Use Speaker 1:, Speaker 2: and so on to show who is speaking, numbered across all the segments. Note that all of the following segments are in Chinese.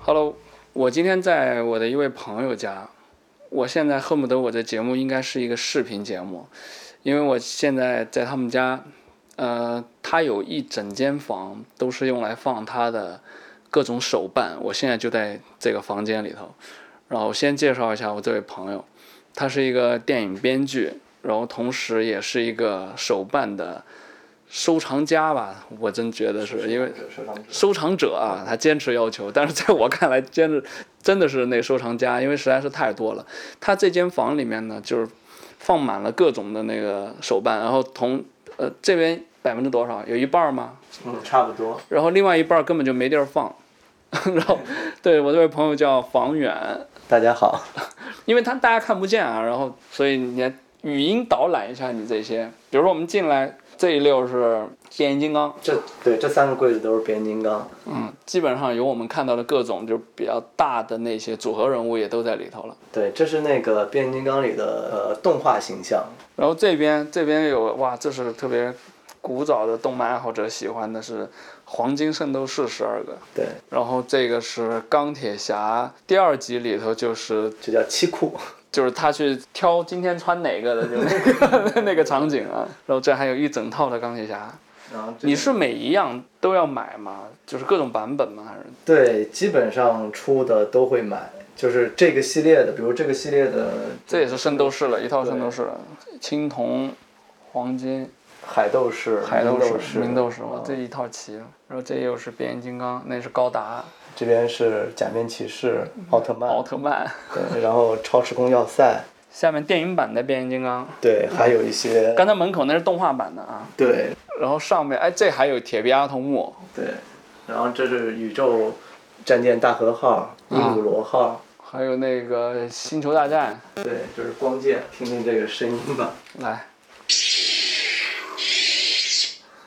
Speaker 1: Hello，我今天在我的一位朋友家，我现在恨不得我的节目应该是一个视频节目，因为我现在在他们家，呃，他有一整间房都是用来放他的各种手办，我现在就在这个房间里头。然后先介绍一下我这位朋友，他是一个电影编剧，然后同时也是一个手办的收藏家吧，我真觉得是因为
Speaker 2: 收藏者
Speaker 1: 收藏者啊，他坚持要求，但是在我看来，坚持 真的是那收藏家，因为实在是太多了。他这间房里面呢，就是放满了各种的那个手办，然后同呃这边百分之多少有一半儿吗？
Speaker 2: 嗯，差不多。
Speaker 1: 然后另外一半儿根本就没地儿放。 然后对我这位朋友叫房远，
Speaker 2: 大家好，
Speaker 1: 因为他大家看不见啊，然后所以你语音导览一下你这些，比如说我们进来这一溜是变形金刚，
Speaker 2: 这对这三个柜子都是变形金刚，
Speaker 1: 嗯，基本上有我们看到的各种就比较大的那些组合人物也都在里头了。
Speaker 2: 对，这是那个变形金刚里的呃动画形象，
Speaker 1: 然后这边这边有哇，这是特别古早的动漫爱好者喜欢的是《黄金圣斗士》十二个，
Speaker 2: 对，
Speaker 1: 然后这个是钢铁侠第二集里头就是
Speaker 2: 就叫七库。
Speaker 1: 就是他去挑今天穿哪个的，就那个 那个场景啊。然后这还有一整套的钢铁侠，
Speaker 2: 然后
Speaker 1: 你是每一样都要买吗？就是各种版本吗？还是
Speaker 2: 对，基本上出的都会买，就是这个系列的，比如这个系列的
Speaker 1: 这也是圣斗士了，一套圣斗士了，青铜、黄金、
Speaker 2: 海斗士、
Speaker 1: 海斗
Speaker 2: 士、
Speaker 1: 明斗士，哇
Speaker 2: 嗯，
Speaker 1: 这一套齐了。然后这又是变形金刚，那是高达、
Speaker 2: 这边是假面骑士、奥特曼，
Speaker 1: 嗯奥特曼。
Speaker 2: 对，然后超时空要塞，
Speaker 1: 下面电影版的变形金刚，
Speaker 2: 对，还有一些
Speaker 1: 刚才门口那是动画版的啊。
Speaker 2: 对
Speaker 1: 然后上面哎，这还有铁臂阿童木，
Speaker 2: 对，然后这是宇宙战舰大和号、鹦
Speaker 1: 嗯
Speaker 2: 鹉螺号。
Speaker 1: 还有那个星球大战，
Speaker 2: 对，就是光剑，听听这个声音吧。
Speaker 1: 来。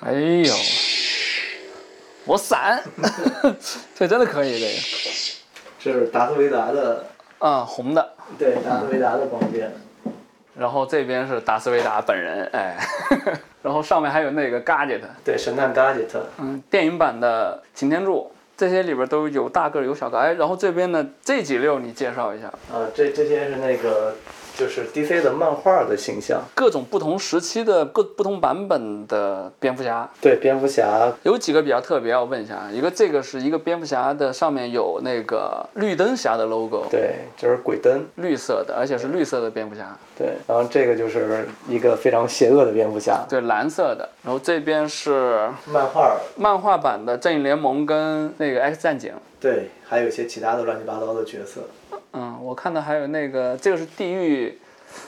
Speaker 1: 哎呦，我闪， 这真的可以这个
Speaker 2: 这是达斯维达的，
Speaker 1: 啊，红的。
Speaker 2: 对，达斯维达的光剑。
Speaker 1: 然后这边是达斯维达本人，哎， 然后上面还有那个 Gadget，
Speaker 2: 对，神探 Gadget，
Speaker 1: 嗯，电影版的擎天柱，这些里边都有大个儿有小个儿，哎，然后这边呢这几溜你介绍一下，
Speaker 2: 啊，这这些是那个，就是 DC 的漫画的形象。
Speaker 1: 各种不同时期的各不同版本的蝙蝠侠，
Speaker 2: 对，蝙蝠侠，
Speaker 1: 有几个比较特别，我问一下啊，一个这个是一个蝙蝠侠的上面有那个绿灯侠的 logo，
Speaker 2: 对，就是鬼灯，
Speaker 1: 绿色的，而且是绿色的蝙蝠侠，
Speaker 2: 对，然后这个就是一个非常邪恶的蝙蝠侠。
Speaker 1: 对，蓝色的，然后这边是
Speaker 2: 漫画，
Speaker 1: 漫画版的正义联盟跟那个 X 战警。
Speaker 2: 对，还有一些其他的乱七八糟的角色，
Speaker 1: 嗯，我看到还有那个，这个是地狱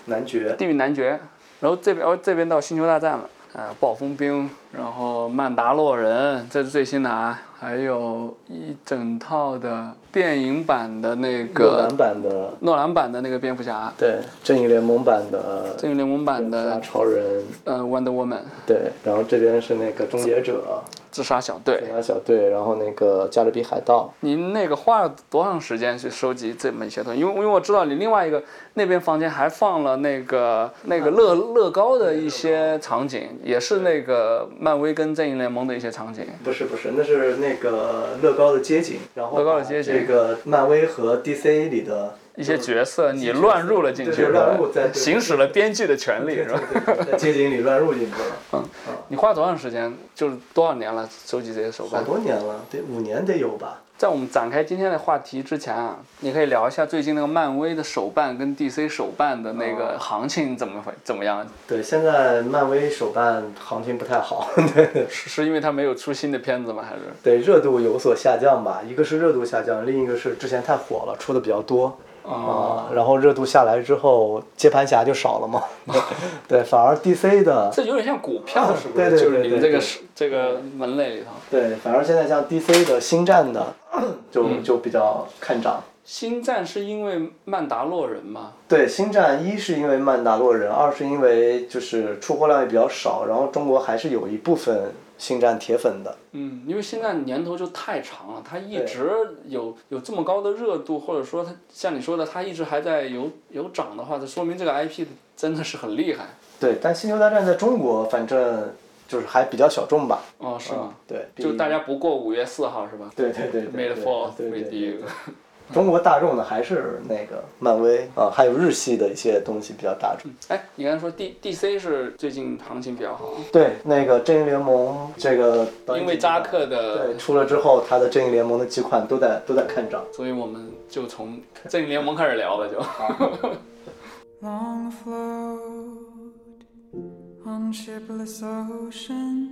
Speaker 2: 男爵，
Speaker 1: 地狱男爵，然后这边哦这边到星球大战了，啊，暴风兵，然后曼达洛人，这是最新的啊，还有一整套的电影版的那
Speaker 2: 诺
Speaker 1: 个
Speaker 2: 兰版的，
Speaker 1: 诺兰版的那个蝙蝠侠，
Speaker 2: 对，正义联盟版的，
Speaker 1: 正义联盟版
Speaker 2: 大
Speaker 1: 的
Speaker 2: 超人，
Speaker 1: 呃 Wonder Woman，
Speaker 2: 对，然后这边是那个终结者。
Speaker 1: 自杀小队
Speaker 2: 警。察小队，然后那个加勒比海盗，
Speaker 1: 您那个花了多长时间去收集这么一些东西？因为因为我知道你另外一个那边房间还放了那个那个乐乐高的一些场景，也是那个漫威跟正义联盟的一些场景。
Speaker 2: 不是不是，那是那个乐高的街景，然后
Speaker 1: 乐高的街景
Speaker 2: 把这个漫威和 DC 里的
Speaker 1: 一些角色你乱入了进去，
Speaker 2: 对对乱入在
Speaker 1: 行使了编剧的权利，是吧？
Speaker 2: 在街景里乱入进去了，
Speaker 1: 你花了多长时间？就是多少年了？收集这些手
Speaker 2: 好
Speaker 1: 办？
Speaker 2: 多年了，得五年得有吧？
Speaker 1: 在我们展开今天的话题之前啊，你可以聊一下最近那个漫威的手办跟 DC 手办的那
Speaker 2: 哦
Speaker 1: 个行情怎么回怎么样？
Speaker 2: 对，现在漫威手办行情不太好， 对
Speaker 1: 是是因为它没有出新的片子吗？还是？
Speaker 2: 对，热度有所下降吧。一个是热度下降，另一个是之前太火了，出的比较多。啊、然后热度下来之后，接盘侠就少了嘛。 对，反而 DC 的
Speaker 1: 这有点像股票，是不
Speaker 2: 啊对
Speaker 1: 是？
Speaker 2: 对对
Speaker 1: 就是你们这
Speaker 2: 对
Speaker 1: 个
Speaker 2: 对
Speaker 1: 是这个门类里头，
Speaker 2: 对，反而现在像 DC 的星战 的，就就比较看涨。
Speaker 1: 星战是因为曼达洛人嘛？
Speaker 2: 对，星战一是因为曼达洛人，二是因为就是出货量也比较少，然后中国还是有一部分星战铁粉的。
Speaker 1: 嗯，因为现在年头就太长了，它一直有有这么高的热度，或者说它像你说的，它一直还在有有涨的话，这说明这个 IP 真的是很厉害。
Speaker 2: 对，但星球大战在中国反正就是还比较小众吧。
Speaker 1: 哦，是吗？
Speaker 2: 嗯对，比
Speaker 1: 就大家不过五月四号是吧
Speaker 2: 对对对对
Speaker 1: ？Made
Speaker 2: 对
Speaker 1: for
Speaker 2: 对对
Speaker 1: with
Speaker 2: 对
Speaker 1: you。
Speaker 2: 中国大众的还是那个漫威啊，还有日系的一些东西比较大众。
Speaker 1: 哎，你刚才说 D D C 是最近行情比较好，
Speaker 2: 对，那个《正义联盟》这个导演
Speaker 1: 因为扎克的
Speaker 2: 对，出了之后，它的《正义联盟》的几款都在都在看涨。
Speaker 1: 所以我们就从正义联盟开始聊了就。
Speaker 3: long float on shipless ocean.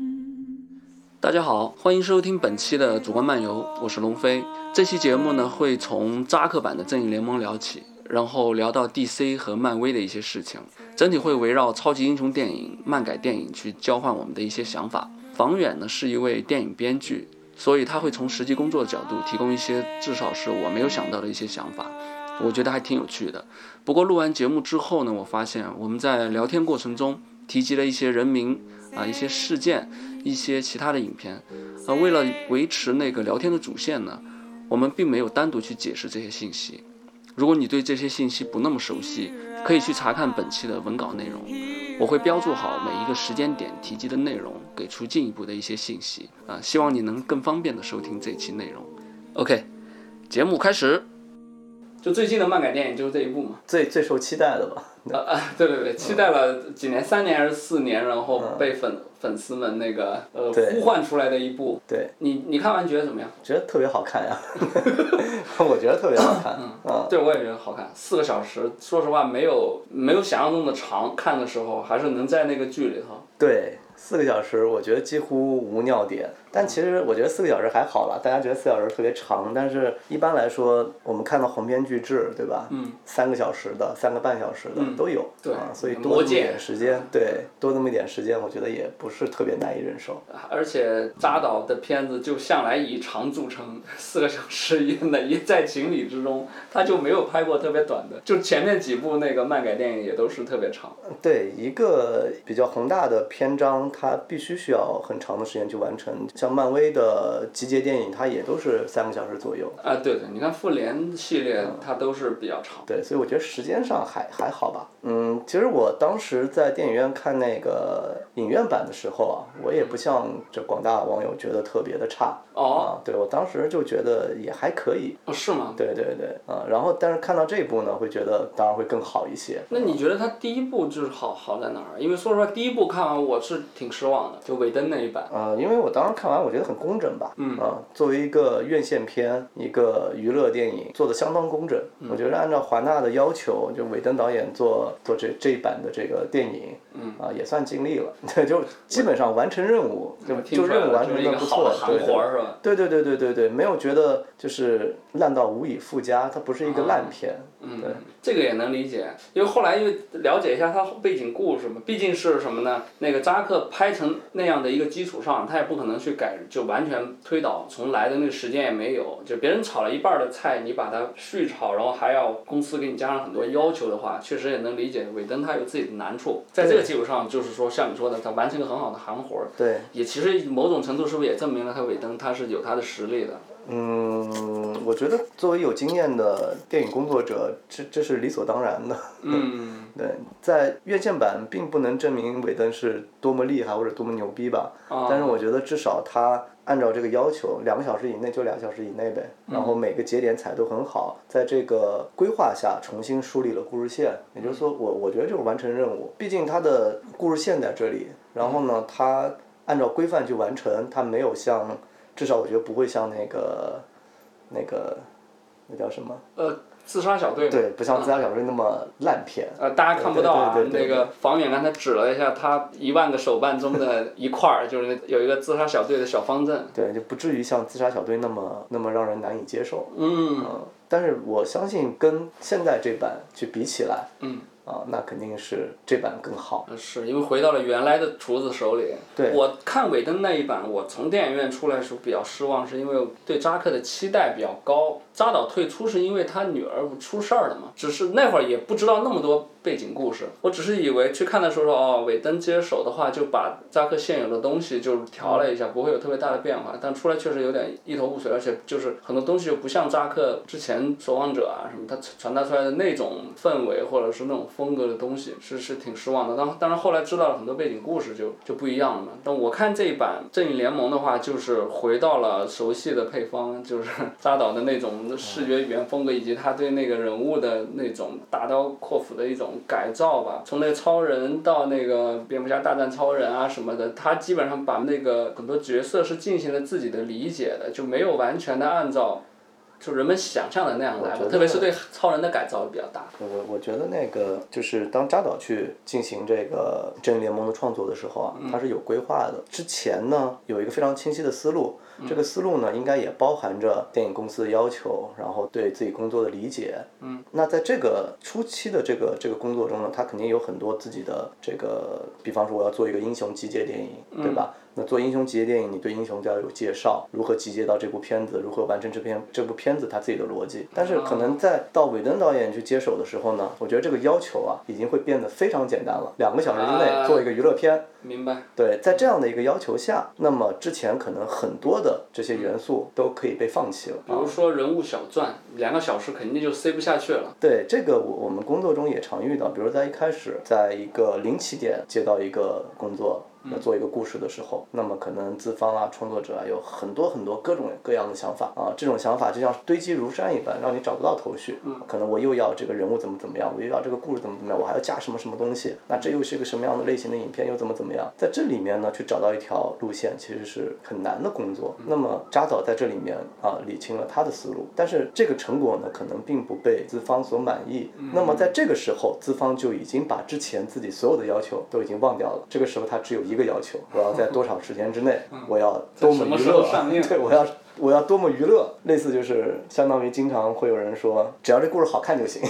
Speaker 1: 大家好，欢迎收听本期的主观漫游，我是龙飞。这期节目呢，会从扎克版的正义联盟聊起，然后聊到 DC 和漫威的一些事情，整体会围绕超级英雄电影、漫改电影去交换我们的一些想法。房远呢是一位电影编剧，所以他会从实际工作的角度提供一些至少是我没有想到的一些想法，我觉得还挺有趣的。不过录完节目之后呢，我发现我们在聊天过程中提及了一些人名啊、一些事件。一些其他的影片。呃，为了维持那个聊天的主线呢，我们并没有单独去解释这些信息。如果你对这些信息不那么熟悉，可以去查看本期的文稿内容，我会标注好每一个时间点提及的内容，给出进一步的一些信息。啊、希望你能更方便的收听这期内容。OK，节目开始。就最近的漫改电影就是这一部嘛。
Speaker 2: 最最受期待的吧，
Speaker 1: 啊啊，对对对，期待了几年，三年还是四年，然后被粉、粉丝们那个呃
Speaker 2: 对
Speaker 1: 呼唤出来的一部。
Speaker 2: 对，
Speaker 1: 你你看完觉得怎么样？
Speaker 2: 觉得特别好看呀，啊 我觉得特别好看啊。
Speaker 1: 对，我也觉得好看，四个小时，说实话没有没有想象中的长，看的时候还是能在那个剧里头。
Speaker 2: 对，四个小时，我觉得几乎无尿点。但其实我觉得四个小时还好啦，大家觉得四个小时特别长，但是一般来说，我们看到鸿篇巨制，对吧？嗯。三个小时的、三个半小时的、都有。嗯
Speaker 1: 对
Speaker 2: 啊，所以
Speaker 1: 魔
Speaker 2: 多这么一
Speaker 1: 戒
Speaker 2: 点时间，对，多这么一点时间，我觉得也不是特别难以忍受。
Speaker 1: 而且扎导的片子就向来以长著称，四个小时也呢也在情理之中，他就没有拍过特别短的。就前面几部那个漫改电影也都是特别长。
Speaker 2: 对一个比较宏大的篇章，它必须需要很长的时间去完成。像漫威的集结电影，它也都是三个小时左右。
Speaker 1: 啊，对对，你看复联系列它都是比较长。
Speaker 2: 对，所以我觉得时间上还还好吧。嗯，其实我当时在电影院看那个影院版的时候啊，我也不像这广大网友觉得特别的差。
Speaker 1: 哦，
Speaker 2: 啊，对我当时就觉得也还可以。
Speaker 1: 哦是吗？
Speaker 2: 对对对，啊，然后但是看到这一部呢，会觉得当然会更好一些。
Speaker 1: 那你觉得它第一部就是好好在哪儿？因为说实话，第一部看完我是挺失望的，就尾灯那一版。
Speaker 2: 呃，因为我当时看完，我觉得很工整吧。嗯。啊、作为一个院线片，一个娱乐电影，做的相当工整。
Speaker 1: 嗯
Speaker 2: 我觉得按照华纳的要求，就韦登导演做做这这一版的这个电影，嗯，啊、也算尽力了。 对，就基本上完成任务，就
Speaker 1: 我听
Speaker 2: 就
Speaker 1: 出来
Speaker 2: 任务
Speaker 1: 了，
Speaker 2: 完
Speaker 1: 就是
Speaker 2: 成
Speaker 1: 一
Speaker 2: 的
Speaker 1: 个
Speaker 2: 不
Speaker 1: 好
Speaker 2: 错
Speaker 1: 的，行
Speaker 2: 对
Speaker 1: 活
Speaker 2: 对。
Speaker 1: 儿是吧？
Speaker 2: 对对对对对对，没有觉得就是烂到无以复加，它不是
Speaker 1: 啊
Speaker 2: 一个烂片。
Speaker 1: 嗯，这个也能理解，因为后来又了解一下他背景故事嘛，毕竟是什么呢？那个扎克拍成那样的一个基础上，他也不可能去改，就完全推倒重来的那个时间也没有。就别人炒了一半的菜，你把它续炒，然后还要公司给你加上很多要求的话，确实也能理解。尾灯他有自己的难处，在这个基础上，就是说像你说的，他完成了很好的行活儿，
Speaker 2: 对，
Speaker 1: 也其实某种程度是不是也证明了他尾灯他是有他的实力的？
Speaker 2: 嗯，我觉得作为有经验的电影工作者，这这是理所当然的。
Speaker 1: 嗯。
Speaker 2: 对，在院线版并不能证明韦登是多么厉害或者多么牛逼吧，但是我觉得至少他按照这个要求，两个小时以内就两个小时以内呗，然后每个节点踩都很好，在这个规划下重新梳理了故事线，也就是说我我觉得就是完成任务，毕竟他的故事线在这里，然后呢，他按照规范去完成，他没有像至少我觉得不会像那个那个那叫什么，
Speaker 1: 呃，自杀小队嘛。嗯
Speaker 2: 对，不像自杀小队那么烂片。
Speaker 1: 呃，大家看不到啊，
Speaker 2: 对对对对
Speaker 1: 那个房远刚才指了一下他一万个手办中的一块儿， 就是那有一个自杀小队的小方阵。
Speaker 2: 对，就不至于像自杀小队那么那么让人难以接受。
Speaker 1: 嗯，
Speaker 2: 嗯，但是我相信跟现在这版去比起来，
Speaker 1: 嗯，
Speaker 2: 啊，那肯定是这版更好。
Speaker 1: 呃是因为回到了原来的厨子手里。
Speaker 2: 对
Speaker 1: 我看尾灯那一版，我从电影院出来的时候比较失望，是因为对扎克的期待比较高。扎导退出是因为他女儿不出事儿了嘛，只是那会儿也不知道那么多背景故事。我只是以为去看的时候说哦，尾灯接手的话就把扎克现有的东西就调了一下，不会有特别大的变化。但出来确实有点一头雾水，而且就是很多东西就不像扎克之前《守望者》啊什么，他传达出来的那种氛围或者是那种风格的东西，是是挺失望的。当当然后来知道了很多背景故事就就不一样了。但我看这一版《正义联盟》的话，就是回到了熟悉的配方，就是 扎导的那种视觉语言风格，以及他对那个人物的那种大刀阔斧的一种改造吧。从那个超人到那个蝙蝠侠大战超人啊什么的，他基本上把那个很多角色是进行了自己的理解的，就没有完全的按照。就人们想象的那样来
Speaker 2: 我觉
Speaker 1: 的，
Speaker 2: 得
Speaker 1: 特别是对超人的改造比较大。
Speaker 2: 我我觉得那个就是当扎导去进行这个《正义联盟》的创作的时候啊，
Speaker 1: 嗯
Speaker 2: 他是有规划的。之前呢，有一个非常清晰的思路，这个思路呢，应该也包含着电影公司的要求，然后对自己工作的理解。嗯，那在这个初期的这个这个工作中呢，他肯定有很多自己的这个，比方说我要做一个英雄集结电影，对吧？那做英雄集结电影，你对英雄就要有介绍，如何集结到这部片子，如何完成这篇这部片子他自己的逻辑。但是可能在到韦登导演去接手的时候呢，我觉得这个要求啊，已经会变得非常简单了，两个小时之
Speaker 1: 啊
Speaker 2: 内做一个娱乐片。
Speaker 1: 明白。
Speaker 2: 对，在这样的一个要求下，那么之前可能很多的这些元素都可以被放弃了。
Speaker 1: 比如说人物小传，两个小时肯定就塞不下去了。
Speaker 2: 对这个我我们工作中也常遇到，比如在一开始，在一个零起点接到一个工作，要做一个故事的时候，那么可能资方啊、创作者啊有很多很多各种各样的想法啊，这种想法就像堆积如山一般，让你找不到头绪。可能我又要这个人物怎么怎么样，我又要这个故事怎么怎么样，我还要加什么什么东西，那这又是一个什么样的类型的影片，又怎么怎么样？在这里面呢，去找到一条路线其实是很难的工作。那么扎导在这里面啊理清了他的思路，但是这个成果呢，可能并不被资方所满意。
Speaker 1: 嗯
Speaker 2: 那么在这个时候，资方就已经把之前自己所有的要求都已经忘掉了。这个时候他只有一个要求：我要在多少时间 之内，我要多么
Speaker 1: 嗯什么
Speaker 2: 娱
Speaker 1: 时候
Speaker 2: 乐，
Speaker 1: 上映
Speaker 2: 对我要。我要多么娱乐，类似就是相当于经常会有人说，只要这故事好看就行。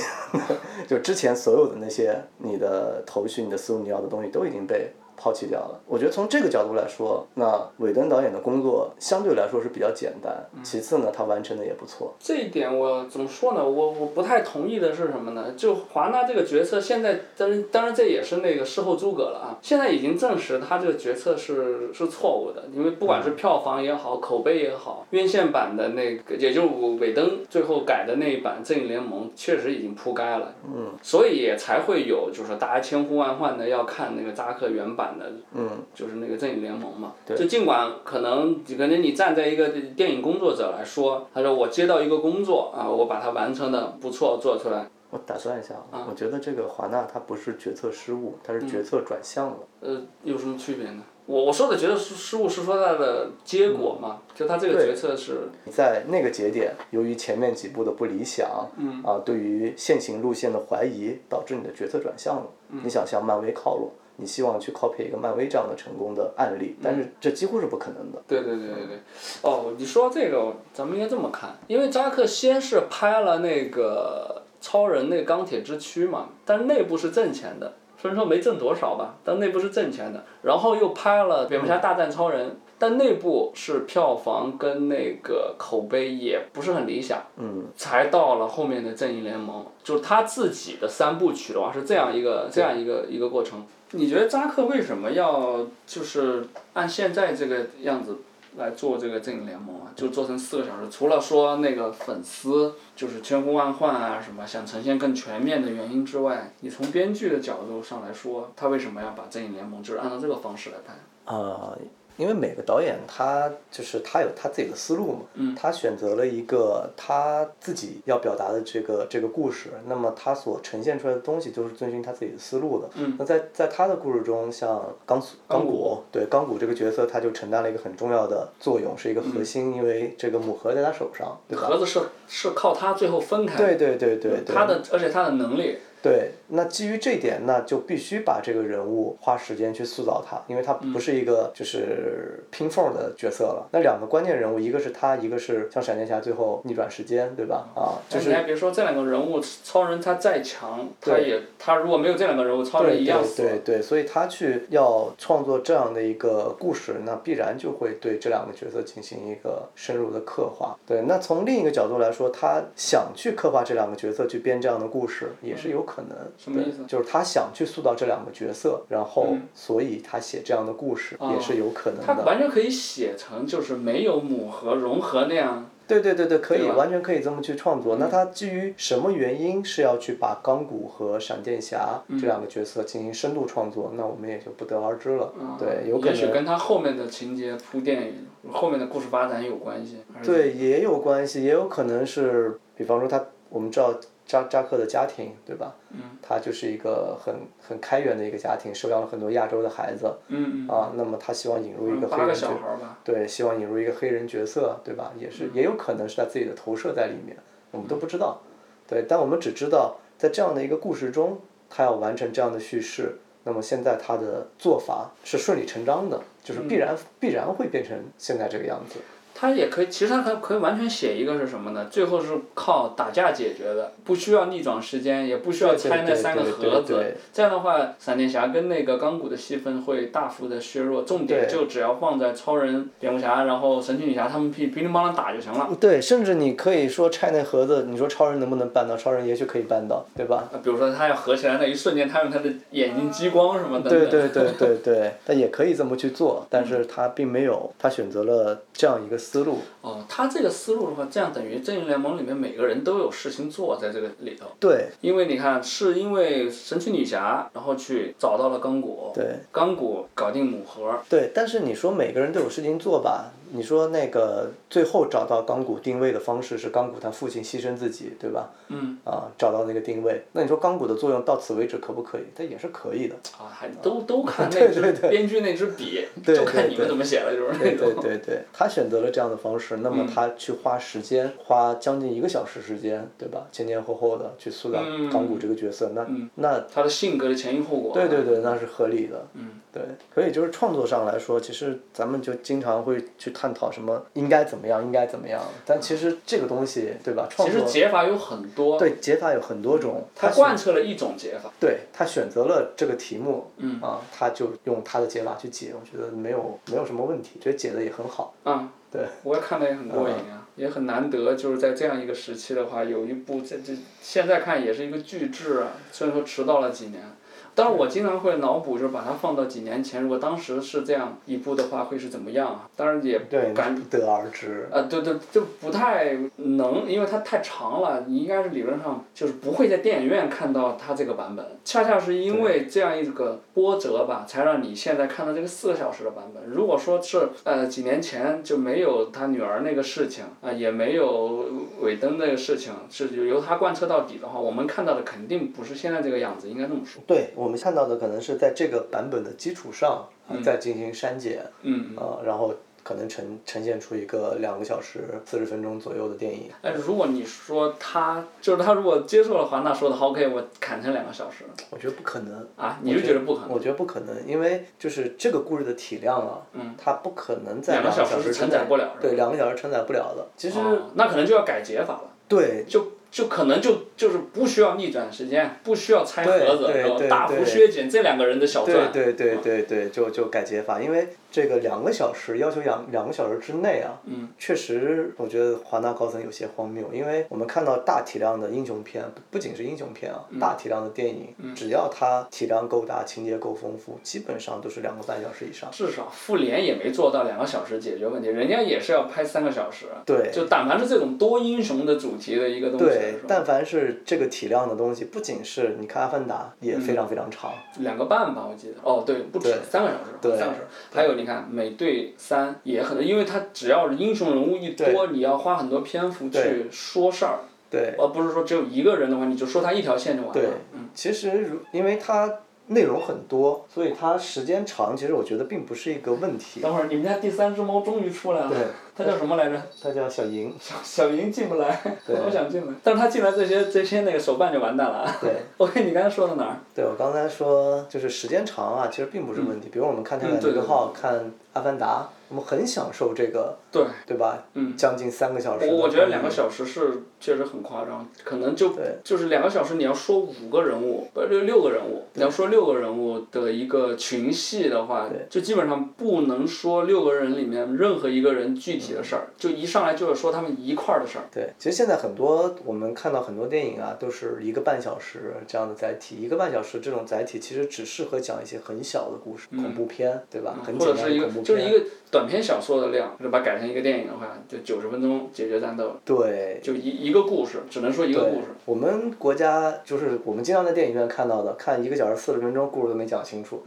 Speaker 2: 就之前所有的那些你的头绪、你的思路、你要的东西都已经被抛弃掉了。我觉得从这个角度来说，那韦登导演的工作相对来说是比较简单，其次呢，他完成的也不错。
Speaker 1: 这一点我怎么说呢？我我不太同意的是什么呢？就华纳这个决策，现在当然当然这也是那个事后诸葛了啊。现在已经证实他这个决策是是错误的，因为不管是票房也好，口碑也好，院线版的那个，也就是尾灯最后改的那一版《正义联盟》，确实已经铺盖了。嗯。所以也才会有，就是说大家千呼万唤的要看那个扎克原版的
Speaker 2: 嗯，
Speaker 1: 就是那个正义联盟嘛。就尽管可能可能你站在一个电影工作者来说，他说我接到一个工作啊，我把它完成的不错，做出来。
Speaker 2: 我打断一下，啊、我觉得这个华纳他不是决策失误，他是决策转向了。
Speaker 1: 呃，有什么区别呢？我我说的觉得失失误是说它的结果嘛，就他这个决策是
Speaker 2: 在那个节点，由于前面几步的不理想，嗯，啊，对于现行路线的怀疑，导致你的决策转向了。你想向漫威靠拢，你希望去 copy 一个漫威这样的成功的案例，但是这几乎是不可能的。
Speaker 1: 对对对对对，哦，你说这个，咱们应该这么看，因为扎克先是拍了那个超人那个钢铁之躯嘛，但是那部是挣钱的，虽然说没挣多少吧，但那部是挣钱的。然后又拍了蝙蝠侠大战超人，但那部是票房跟那个口碑也不是很理想。
Speaker 2: 嗯，
Speaker 1: 才到了后面的正义联盟，就是他自己的三部曲的话是这样一个这样一个一个过程。你觉得扎克为什么要就是按现在这个样子来做这个正义联盟啊？就做成四个小时，除了说那个粉丝就是千呼万唤啊什么，想呈现更全面的原因之外，你从编剧的角度上来说，他为什么要把正义联盟就是按照这个方式来拍？
Speaker 2: 啊、因为每个导演他就是他有他自己的思路嘛，他选择了一个他自己要表达的这个这个故事，那么他所呈现出来的东西就是遵循他自己的思路的。那在在他的故事中，像钢索嗯钢骨，对钢骨这个角色，他就承担了一个很重要的作用，是一个核心，因为这个母盒在他手上，对吧？
Speaker 1: 盒子是是靠他最后分开，
Speaker 2: 对对对对对。
Speaker 1: 他的而且他的能力，
Speaker 2: 对，那基于这一点，那就必须把这个人物花时间去塑造他，因为他不是一个就是拼缝的角色了。那两个关键人物，一个是他，一个是像闪电侠最后逆转时间，对吧？啊，就
Speaker 1: 但
Speaker 2: 是
Speaker 1: 你还别说这两个人物，超人他再强，他
Speaker 2: 对
Speaker 1: 也他如果没有这两个人物，超人一样死。
Speaker 2: 对对对对，所以他去要创作这样的一个故事，那必然就会对这两个角色进行一个深入的刻画。对，那从另一个角度来说，他想去刻画这两个角色，去编这样的故事，也是有可能。
Speaker 1: 嗯什么意思？嗯
Speaker 2: 就是他想去塑造这两个角色，然后所以他写这样的故事
Speaker 1: 哦
Speaker 2: 也是有可能的。
Speaker 1: 他完全可以写成就是没有母和融合那样。嗯
Speaker 2: 对对对对，可以完全可以这么去创作。那他基于什么原因是要去把钢骨和闪电侠
Speaker 1: 嗯
Speaker 2: 这两个角色进行深度创作？那我们也就不得而知了。对，有可
Speaker 1: 也许
Speaker 2: 能。
Speaker 1: 跟他后面的情节铺垫、后面的故事发展有关系。而
Speaker 2: 对，也有关系，也有可能是，比方说他，我们知道扎扎克的家庭，对吧？嗯。他就是一个很很开源的一个家庭，收养了很多亚洲的孩子。
Speaker 1: 嗯
Speaker 2: 啊，那么他希望引入一
Speaker 1: 嗯，
Speaker 2: 个
Speaker 1: 八
Speaker 2: 黑
Speaker 1: 个
Speaker 2: 人
Speaker 1: 小
Speaker 2: 角
Speaker 1: 孩儿吧。
Speaker 2: 对，希望引入一个黑人角色，对吧？也是也有可能是他自己的投射在里面，我们都不知道。对，但我们只知道在这样的一个故事中，他要完成这样的叙事，那么现在他的做法是顺理成章的，就是必
Speaker 1: 嗯
Speaker 2: 然、必然会变成现在这个样子。
Speaker 1: 他也可以，其实他可可以完全写一个是什么呢？最后是靠打架解决的，不需要逆转时间，也不需要拆那三个盒
Speaker 2: 对对对对
Speaker 1: 子。这样的话，闪电侠跟那个钢骨的戏份会大幅的削弱，重点就只要放在超人、蝙蝠侠，然后神奇女侠他们噼噼里啪啦打就行了。
Speaker 2: 对，甚至你可以说拆那盒子，你说超人能不能办到？超人也许可以办到，对吧？
Speaker 1: 呃比如说他要合起来那一瞬间，他用他的眼睛激光什么等等。
Speaker 2: 对对对对对，他也可以这么去做，但是他并没有，他选择了这样一个思路。
Speaker 1: 哦，他这个思路的话，这样等于正义联盟里面每个人都有事情做在这个里头。
Speaker 2: 对
Speaker 1: 因为你看，是因为神奇女侠，然后去找到了钢骨，
Speaker 2: 对，
Speaker 1: 钢骨搞定母盒，
Speaker 2: 对，但是你说每个人都有事情做吧？你说那个最后找到钢骨定位的方式是钢骨他父亲牺牲自己，对吧？
Speaker 1: 嗯，
Speaker 2: 啊，找到那个定位，那你说钢骨的作用到此为止可不可以？它也是可以的。
Speaker 1: 啊，还都 都看那支
Speaker 2: 对对对
Speaker 1: 编剧那支笔，
Speaker 2: 对
Speaker 1: 就看你
Speaker 2: 对
Speaker 1: 们怎么写了，就是那
Speaker 2: 对
Speaker 1: 种。
Speaker 2: 对对对，他选择了这样的方式，那
Speaker 1: 嗯
Speaker 2: 么他去花时间，花将近一个小时时间，对吧？前前后后的去塑造
Speaker 1: 嗯
Speaker 2: 钢骨这个角色，那、
Speaker 1: 嗯
Speaker 2: 那
Speaker 1: 他的性格的前因后果。啊
Speaker 2: 对对对，那是合理的。
Speaker 1: 嗯，
Speaker 2: 对，所以就是创作上来说，其实咱们就经常会去探讨什么应该怎么样，应该怎么样。但其实这个东西，对吧？创
Speaker 1: 其实
Speaker 2: 作
Speaker 1: 解法有很多，
Speaker 2: 对解法有很多种，
Speaker 1: 他
Speaker 2: 他
Speaker 1: 贯彻了一种解法。
Speaker 2: 对他选择了这个题目，
Speaker 1: 嗯
Speaker 2: 啊，他就用他的解法去解，我觉得没有没有什么问题，觉得解的也很好。
Speaker 1: 啊，
Speaker 2: 对，
Speaker 1: 我也看的也很过瘾啊，也很难得，就是在这样一个时期的话，有一部这这现在看也是一个巨制啊，虽然说迟到了几年。但是我经常会脑补，就是把它放到几年前，如果当时是这样一部的话，会是怎么样啊？当然也
Speaker 2: 对，
Speaker 1: 感
Speaker 2: 不得而知。
Speaker 1: 啊，对对，就不太能，因为它太长了。你应该是理论上就是不会在电影院看到它这个版本，恰恰是因为这样一个波折吧，才让你现在看到这个四个小时的版本。如果说是呃几年前就没有他女儿那个事情啊、也没有尾灯那个事情，是由他贯彻到底的话，我们看到的肯定不是现在这个样子，应该这么说。
Speaker 2: 对我们看到的可能是在这个版本的基础上，啊再进行删减。
Speaker 1: 嗯。
Speaker 2: 啊，然后可能呈呈现出一个两个小时四十分钟左右的电影。
Speaker 1: 但是如果你说他就是他如果接受的话，那说的好 OK，我砍成两个小时
Speaker 2: 我觉得不可能，
Speaker 1: 啊，你是觉得不可能？
Speaker 2: 我觉得不可能，因为就是这个故事的体量啊，嗯，它不可能在
Speaker 1: 两个
Speaker 2: 个
Speaker 1: 小
Speaker 2: 小
Speaker 1: 时
Speaker 2: 时
Speaker 1: 是承
Speaker 2: 之内
Speaker 1: 载不了是吧
Speaker 2: 对，两个小时承载不了的。其实、
Speaker 1: 哦那可能就要改解法了，
Speaker 2: 对
Speaker 1: 就就可能就就是不需要逆转时间，不需要拆盒子，
Speaker 2: 对对
Speaker 1: 然后
Speaker 2: 对
Speaker 1: 大幅
Speaker 2: 对
Speaker 1: 削减这两个人的小
Speaker 2: 对
Speaker 1: 传。
Speaker 2: 对对对对，就就改解法，因为这个两个小时要求两两个小时之内啊，
Speaker 1: 嗯，
Speaker 2: 确实我觉得华纳高层有些荒谬，因为我们看到大体量的英雄片，不不仅是英雄片啊，
Speaker 1: 嗯
Speaker 2: 大体量的电影，只要它体量够大，情节够丰富，基本上都是两个半小时以上。
Speaker 1: 至少复联也没做到两个小时解决问题，人家也是要拍三个小时。
Speaker 2: 对
Speaker 1: 就但凡是这种多英雄的主题的一个东西来
Speaker 2: 对
Speaker 1: 说，，
Speaker 2: 但凡是这个体量的东西，不仅是你看《阿凡达》也
Speaker 1: 嗯
Speaker 2: 非常非常长，
Speaker 1: 两个半吧，我记得。哦，对，不止
Speaker 2: 对
Speaker 1: 三个小时，
Speaker 2: 对
Speaker 1: 三个小时。还有你看，美队三也很，因为他只要英雄人物一多，你要花很多篇幅去说事儿，
Speaker 2: 对
Speaker 1: 而不是说只有一个人的话，你就说他一条线就完
Speaker 2: 对
Speaker 1: 了。嗯。
Speaker 2: 其实如因为它内容很多，所以它时间长，其实我觉得并不是一个问题。
Speaker 1: 等会儿你们家第三只猫终于出来了，
Speaker 2: 对
Speaker 1: 它叫什么来着？
Speaker 2: 它叫小银，
Speaker 1: 小莹进不来，
Speaker 2: 对
Speaker 1: 我想进来，但是它进来这些这些那个手办就完蛋了啊。
Speaker 2: 对
Speaker 1: OK，你刚才说到哪儿？
Speaker 2: 对我
Speaker 1: 嗯
Speaker 2: 刚才说就是时间长啊，其实并不是问题。比如我们看《泰坦尼克号》看《阿凡达》，我们很享受这个，
Speaker 1: 对
Speaker 2: 对吧？
Speaker 1: 嗯，
Speaker 2: 将近三个小时的
Speaker 1: 我
Speaker 2: 综艺，
Speaker 1: 我觉得两个小时是确实很夸张，可能就
Speaker 2: 对
Speaker 1: 就是两个小时，你要说五个人物，不六六个人物，你要说六个人物的一个群戏的话，就基本上不能说六个人里面任何一个人具体的事儿，就一上来就是说他们一块儿的事儿。
Speaker 2: 对，其实现在很多我们看到很多电影啊，都是一个半小时这样的载体，一个半小时这种载体其实只适合讲一些很小的故事，恐怖片，对吧？很
Speaker 1: 嗯或
Speaker 2: 简
Speaker 1: 者
Speaker 2: 单
Speaker 1: 是一
Speaker 2: 的
Speaker 1: 个
Speaker 2: 恐怖
Speaker 1: 就是
Speaker 2: 片。
Speaker 1: 一个短篇小说的量，就把它改成一个电影的话，就九十分钟解决战斗，
Speaker 2: 对，
Speaker 1: 就一一个故事，只能说一个故事。
Speaker 2: 我们国家就是我们经常在电影院看到的，看一个小时四十分钟，故事都没讲清楚。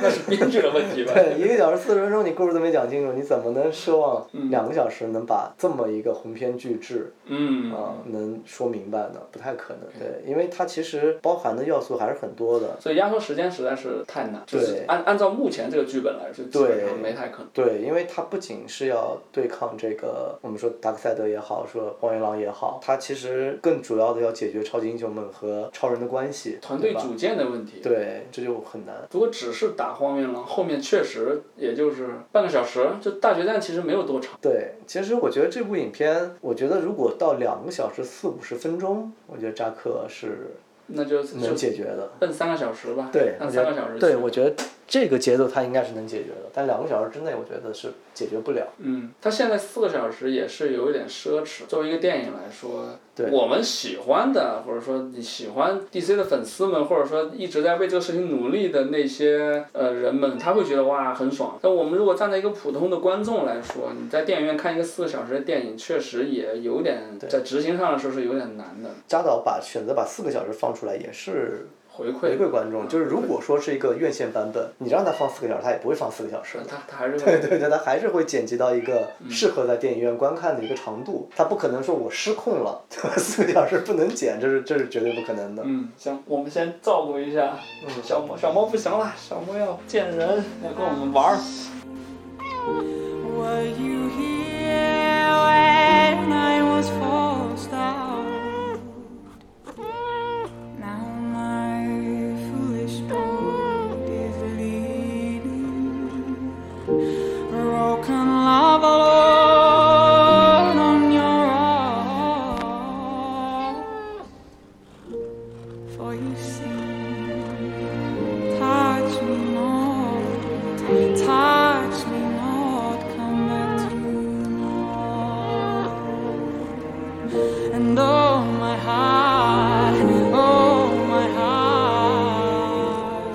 Speaker 1: 那是编剧的问题吧？
Speaker 2: 对，一个小时四十分钟，你故事都没讲清楚，你怎么能奢望两个小时能把这么一个鸿篇巨制
Speaker 1: 嗯，
Speaker 2: 啊、能说明白呢？不太可能。对，因为它其实包含的要素还是很多的。
Speaker 1: 所以压缩时间实在是太难，就
Speaker 2: 对
Speaker 1: 是按按照目前这个剧本来说，基本上没太可能。
Speaker 2: 对，因为它不仅是要对抗这个我们说达克赛德也好，说荒原狼也好，它其实更主要的要解决超级英雄们和超人的关系，
Speaker 1: 团队
Speaker 2: 对吧
Speaker 1: 组建的问题。
Speaker 2: 对，这就很难。
Speaker 1: 如果只是打荒原狼，后面确实也就是半个小时，就大决战其实没有多长。
Speaker 2: 对，其实我觉得这部影片，我觉得如果到两个小时四五十分钟，我觉得扎克是
Speaker 1: 那就
Speaker 2: 能
Speaker 1: 就
Speaker 2: 解决的。
Speaker 1: 奔三个小时吧，
Speaker 2: 对，
Speaker 1: 按
Speaker 2: 我
Speaker 1: 三
Speaker 2: 觉
Speaker 1: 个小时
Speaker 2: 得
Speaker 1: 去
Speaker 2: 对，我觉得这个节奏他应该是能解决的，但两个小时之内，我觉得是解决不了。
Speaker 1: 嗯，它现在四个小时也是有一点奢侈。作为一个电影来说，
Speaker 2: 对
Speaker 1: 我们喜欢的，或者说你喜欢 DC 的粉丝们，或者说一直在为这个事情努力的那些呃人们，他会觉得哇很爽。但我们如果站在一个普通的观众来说，你在电影院看一个四个小时的电影，确实也有点在执行上来说是有点难的
Speaker 2: 扎导把选择把四个小时放出来，也是
Speaker 1: 回馈。
Speaker 2: 回馈观众，就是如果说是一个院线版本，你让他放四个小时，他也不会放四个小时
Speaker 1: 是。他他还是嗯
Speaker 2: 对对对，他还是会剪辑到一个适合在电影院观看的一个长度，他不可能说我失控了， 对吧？四个小时不能剪，这是这是绝对不可能的。
Speaker 1: 嗯，行，我们先照顾一下
Speaker 2: 嗯
Speaker 1: 小猫，小猫不行了，小猫要见人，要跟我们玩儿。
Speaker 3: Were you here when I was forced out? Now my foolish boat is leaning. Broken love alone on your arm. For you see, touch me not. Touch me not, come back to me. And oh my heart, oh my heart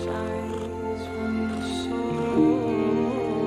Speaker 3: shines from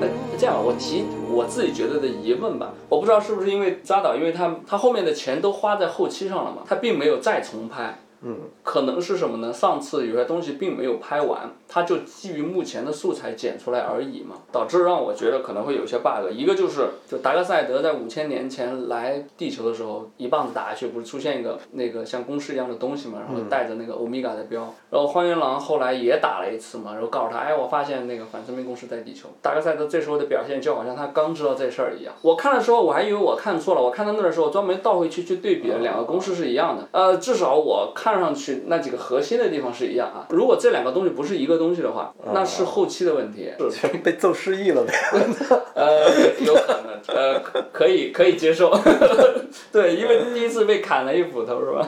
Speaker 1: 哎
Speaker 3: the soul.，
Speaker 1: 这样我提我自己觉得的疑问吧，我不知道是不是因为扎导，因为他他后面的钱都花在后期上了嘛，他并没有再重拍。
Speaker 2: 嗯，
Speaker 1: 可能是什么呢？上次有些东西并没有拍完，它就基于目前的素材剪出来而已嘛，导致让我觉得可能会有些 bug。一个就是，就达克赛德在五千年前来地球的时候，一棒子打下去，不是出现一个那个像公式一样的东西嘛，然后带着那个欧米伽的标，然后荒原狼后来也打了一次嘛，然后告诉他，哎，我发现那个反生命公式在地球。达克赛德这时候的表现就好像他刚知道这事儿一样。我看的时候我还以为我看错了，我看到那儿的时候专门倒回去去对比了，两个公式是一样的。呃，至少我看上去那几个核心的地方是一样啊。如果这两个东西不是一个东西的话，那是后期的问题。是
Speaker 2: 被揍失忆了呗。
Speaker 1: 呃，有可能，呃，可以可以接受， 对，因为第一次被砍了一斧头是吧？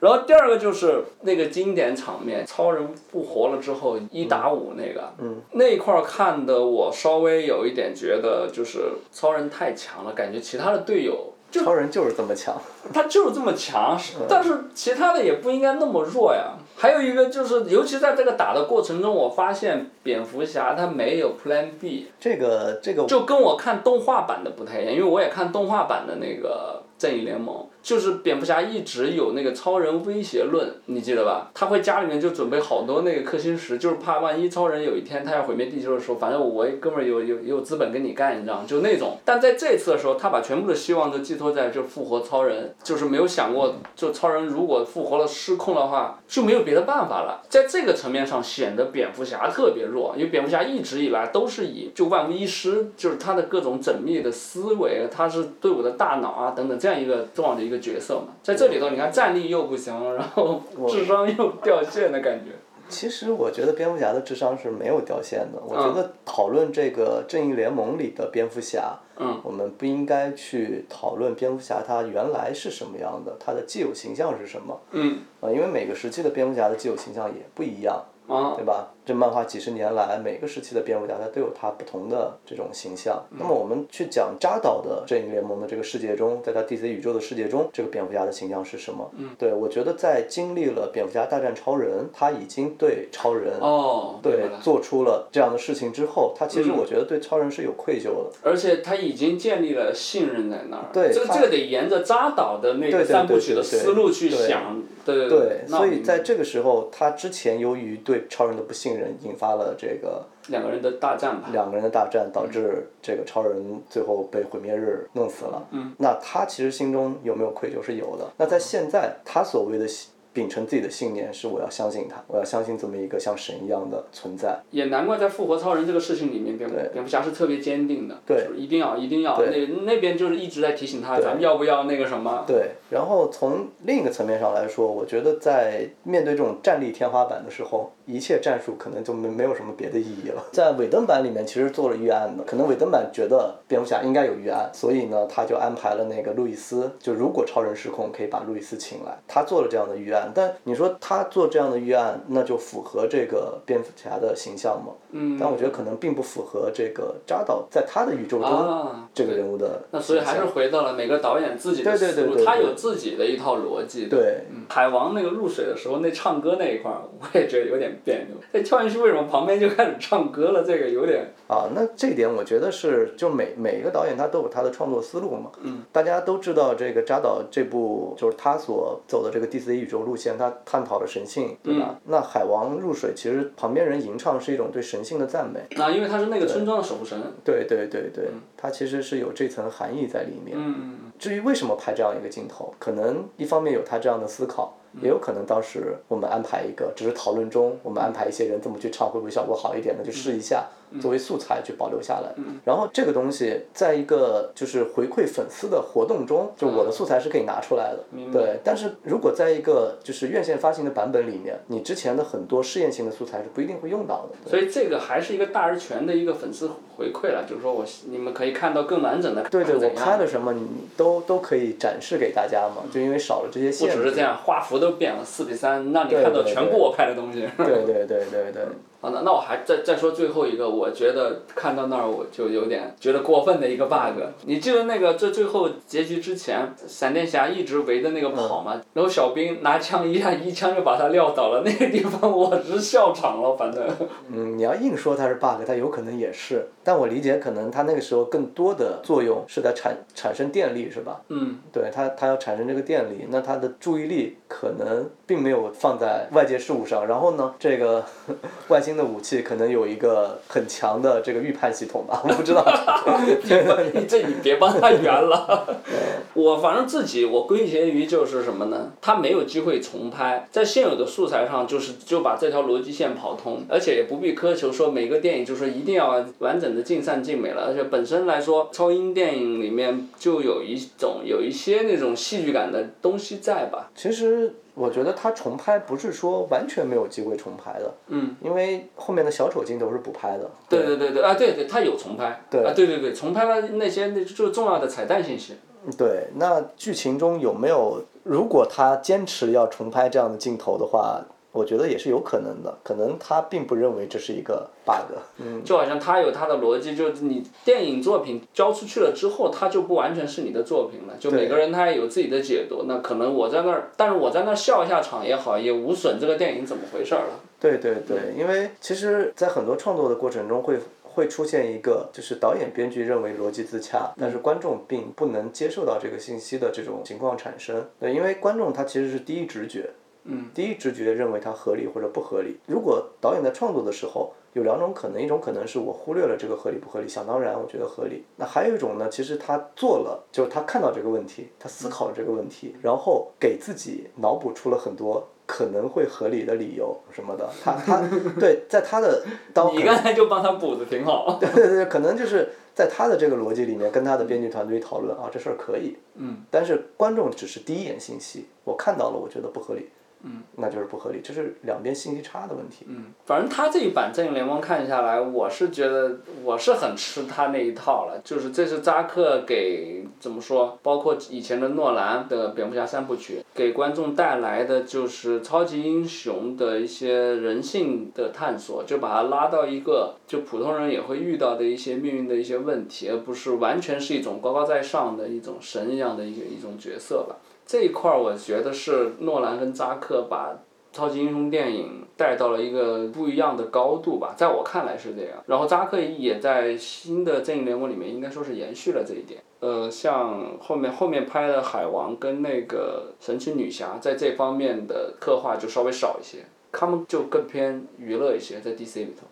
Speaker 1: 然后第二个就是那个经典场面，超人复活了之后一打五那个，嗯、那一块儿看的我稍微有一点觉得就是超人太强了，感觉其他的队友
Speaker 2: 超人就是这么强，
Speaker 1: 他就是这么强，但是其他的也不应该那么弱呀。还有一个就是，尤其在这个打的过程中，我发现蝙蝠侠他没有 Plan B，
Speaker 2: 这个这个
Speaker 1: 就跟我看动画版的不太一样，因为我也看动画版的那个《正义联盟》，就是蝙蝠侠一直有那个超人威胁论，你记得吧？他会家里面就准备好多那个氪星石，就是怕万一超人有一天他要毁灭地球的时候，反正我哥们儿有有有资本跟你干，你知道吗？就那种。但在这次的时候，他把全部的希望都寄托在就复活超人，就是没有想过，就超人如果复活了失控的话，就没有别的办法了。在这个层面上，显得蝙蝠侠特别弱，因为蝙蝠侠一直以来都是以就万无一失，就是他的各种缜密的思维，他是队伍的大脑啊等等这样一个重要的一个角色嘛。在这里头，你看战力又不行，然后智商又掉线的感觉。
Speaker 2: 其实我觉得蝙蝠侠的智商是没有掉线的。我觉得讨论这个《正义联盟》里的蝙蝠侠，
Speaker 1: 嗯，
Speaker 2: 我们不应该去讨论蝙蝠侠他原来是什么样的，他的既有形象是什么
Speaker 1: 嗯
Speaker 2: 啊、呃因为每个时期的蝙蝠侠的既有形象也不一样，
Speaker 1: 啊
Speaker 2: 对吧？这漫画几十年来，每个时期的蝙蝠侠他都有他不同的这种形象。
Speaker 1: 嗯
Speaker 2: 那么我们去讲扎导的《正义联盟》的这个世界中，在他 DC 宇宙的世界中，这个蝙蝠侠的形象是什么？嗯，对我觉得在经历了蝙蝠侠大战超人，他已经对超人。
Speaker 1: 哦，明白
Speaker 2: 对
Speaker 1: 了，嗯
Speaker 2: 做出了这样的事情之后，他其实我觉得对超人是有愧疚的。
Speaker 1: 而且他已经建立了信任在那儿，
Speaker 2: 对
Speaker 1: 这
Speaker 2: 他
Speaker 1: 这个得沿着扎导的那
Speaker 2: 对
Speaker 1: 个
Speaker 2: 对
Speaker 1: 三部曲
Speaker 2: 对
Speaker 1: 的
Speaker 2: 对对
Speaker 1: 思路去
Speaker 2: 对
Speaker 1: 想，对
Speaker 2: 对，
Speaker 1: 那
Speaker 2: 所
Speaker 1: 我
Speaker 2: 以
Speaker 1: 明
Speaker 2: 在
Speaker 1: 白
Speaker 2: 这个时候，他之前由于对超人的不信任，引发了这个
Speaker 1: 两个人的大战嗯吧，
Speaker 2: 两个人的大战，导致这个超人最后被毁灭日弄死了。嗯，那他其实心中有没有愧疚是有的。那在现在，他所谓的信秉承自己的信念是我要相信他，我要相信这么一个像神一样的存在。
Speaker 1: 也难怪在复活超人这个事情里面，蝙蝠蝙蝠侠是特别坚定的，
Speaker 2: 对
Speaker 1: 就是一定要一定要，那
Speaker 2: 对
Speaker 1: 那边就是一直在提醒他，
Speaker 2: 对
Speaker 1: 咱们要不要那个什么，
Speaker 2: 对，然后从另一个层面上来说，我觉得在面对这种战力天花板的时候，一切战术可能就没没有什么别的意义了。在尾灯版里面其实做了预案的，可能尾灯版觉得蝙蝠侠应该有预案，所以呢他就安排了那个路易斯，就如果超人失控，可以把路易斯请来，他做了这样的预案。但你说他做这样的预案，那就符合这个蝙蝠侠的形象吗？
Speaker 1: 嗯，
Speaker 2: 但我觉得可能并不符合这个扎导在他的宇宙中、
Speaker 1: 啊，
Speaker 2: 这个人物的。
Speaker 1: 那所以还是。回到了每个导演自己的
Speaker 2: 对对
Speaker 1: 思
Speaker 2: 对
Speaker 1: 路，
Speaker 2: 对
Speaker 1: 他
Speaker 2: 对
Speaker 1: 有自己的一套逻辑，
Speaker 2: 对，
Speaker 1: 海王那个入水的时候，那唱歌那一块儿，我也觉得有点别扭。那跳进去为什么旁边就开始唱歌了？这个有点
Speaker 2: 啊，那这一点我觉得是，就每每一个导演他都有他的创作思路嘛。嗯，大家都知道这个扎导这部就是他所走的这个 DC 宇宙路线，他探讨了神性，对吧？那海王入水其实旁边人吟唱是一种对神性的赞美。
Speaker 1: 啊，因为他是那个村庄的守护神。
Speaker 2: 对对对对，它其实是有这层含义在里面。
Speaker 1: 嗯，
Speaker 2: 至于为什么拍这样一个镜头，可能一方面有他这样的思考，
Speaker 1: 嗯
Speaker 2: 也有可能当时我们安排一个，只是讨论中我们安排一些人这么去唱，会不会效果好一点呢？就试一下，
Speaker 1: 嗯
Speaker 2: 作为素材去保留下来。然后这个东西在一个就是回馈粉丝的活动中，就我的素材是可以拿出来的，
Speaker 1: 明白
Speaker 2: 对。但是如果在一个就是院线发行的版本里面，你之前的很多试验性的素材是不一定会用到的。对
Speaker 1: 所以这个还是一个大而全的一个粉丝回馈了，就是说我你们可以看到更完整的。
Speaker 2: 对对，我拍
Speaker 1: 看
Speaker 2: 了什么，你都都可以展示给大家嘛，就因为少了这些
Speaker 1: 不
Speaker 2: 限制。
Speaker 1: 只是这样，画幅都变了，四比三，让你
Speaker 2: 对
Speaker 1: 看到
Speaker 2: 对
Speaker 1: 全部
Speaker 2: 对
Speaker 1: 我拍的东西。
Speaker 2: 对对对对对，
Speaker 1: 好，那那我还再再说最后一个，我觉得看到那儿我就有点觉得过分的一个 bug。你
Speaker 2: 嗯
Speaker 1: 记得那个最最后结局之前，闪电侠一直围着那个
Speaker 2: 嗯
Speaker 1: 跑嘛，然后小兵拿枪一下一枪就把他撂倒了，那个地方我是笑场了，反正。
Speaker 2: 嗯，你要硬说它是 bug，它有可能也是，但我理解可能它那个时候更多的作用是在产产生电力，是吧？
Speaker 1: 嗯，
Speaker 2: 对它，它要产生这个电力，那它的注意力可能并没有放在外界事物上。然后呢，这个 外星的武器可能有一个很强的这个预判系统吧，我不知道。
Speaker 1: 你这你别帮他圆了。 我反正自己我归结于就是什么呢？他没有机会重拍，在现有的素材上，就是就把这条逻辑线跑通，而且也不必苛求说每个电影就说一定要完整的尽善尽美了。而且本身来说，超英电影里面就有一种有一些那种戏剧感的东西在吧？
Speaker 2: 其实我觉得它重拍不是说完全没有机会重拍的，
Speaker 1: 嗯，
Speaker 2: 因为后面的小丑镜头是补拍的。
Speaker 1: 对对对对啊，对对，他有重拍，
Speaker 2: 对
Speaker 1: 啊，对对对，重拍了那些那就是重要的彩蛋信息。
Speaker 2: 对，那剧情中有没有？如果他坚持要重拍这样的镜头的话，我觉得也是有可能的。可能他并不认为这是一个 bug。嗯，
Speaker 1: 就好像它有它的逻辑，就是你电影作品交出去了之后，它就不完全是你的作品了。就
Speaker 2: 对
Speaker 1: 每个人他也有自己的解读。那可能我在那儿，但是我在那儿笑一下场也好，也无损这个电影怎么回事儿了。
Speaker 2: 对对对，因为其实，在很多创作的过程中会。会出现一个，就是导演、编剧认为逻辑自洽，但是观众并不能接受到这个信息的这种情况产生。对，因为观众他其实是第一直觉，
Speaker 1: 嗯，
Speaker 2: 第一直觉认为它合理或者不合理。如果导演在创作的时候有两种可能，一种可能是我忽略了这个合理不合理，想当然我觉得合理。那还有一种呢，其实他做了，就是他看到这个问题，他思考了这个问题，然后给自己脑补出了很多。可能会合理的理由什么的，他他对，在他的当
Speaker 1: 你刚才就帮他补的挺好。
Speaker 2: 对对对，可能就是在他的这个逻辑里面，跟他的编剧团队讨论啊，这事儿可以。
Speaker 1: 嗯。
Speaker 2: 但是观众只是第一眼信息，我看到了，我觉得不合理。嗯，那就是不合理，这是两边信息差的问题。
Speaker 1: 嗯，反正他这一版《正义联盟》看下来，我是觉得我是很吃他那一套了，就是这是扎克给怎么说，包括以前的诺兰的蝙蝠侠三部曲，给观众带来的就是超级英雄的一些人性的探索，就把它拉到一个就普通人也会遇到的一些命运的一些问题，而不是完全是一种高高在上的一种神一样的一个一种角色吧。这一块儿，我觉得是诺兰跟扎克把超级英雄电影带到了一个不一样的高度吧，在我看来是这样。然后扎克也在新的正义联盟里面，应该说是延续了这一点。呃，像后面后面拍的海王跟那个神奇女侠，在这方面的刻画就稍微少一些，他们就更偏娱乐一些，在 DC 里头。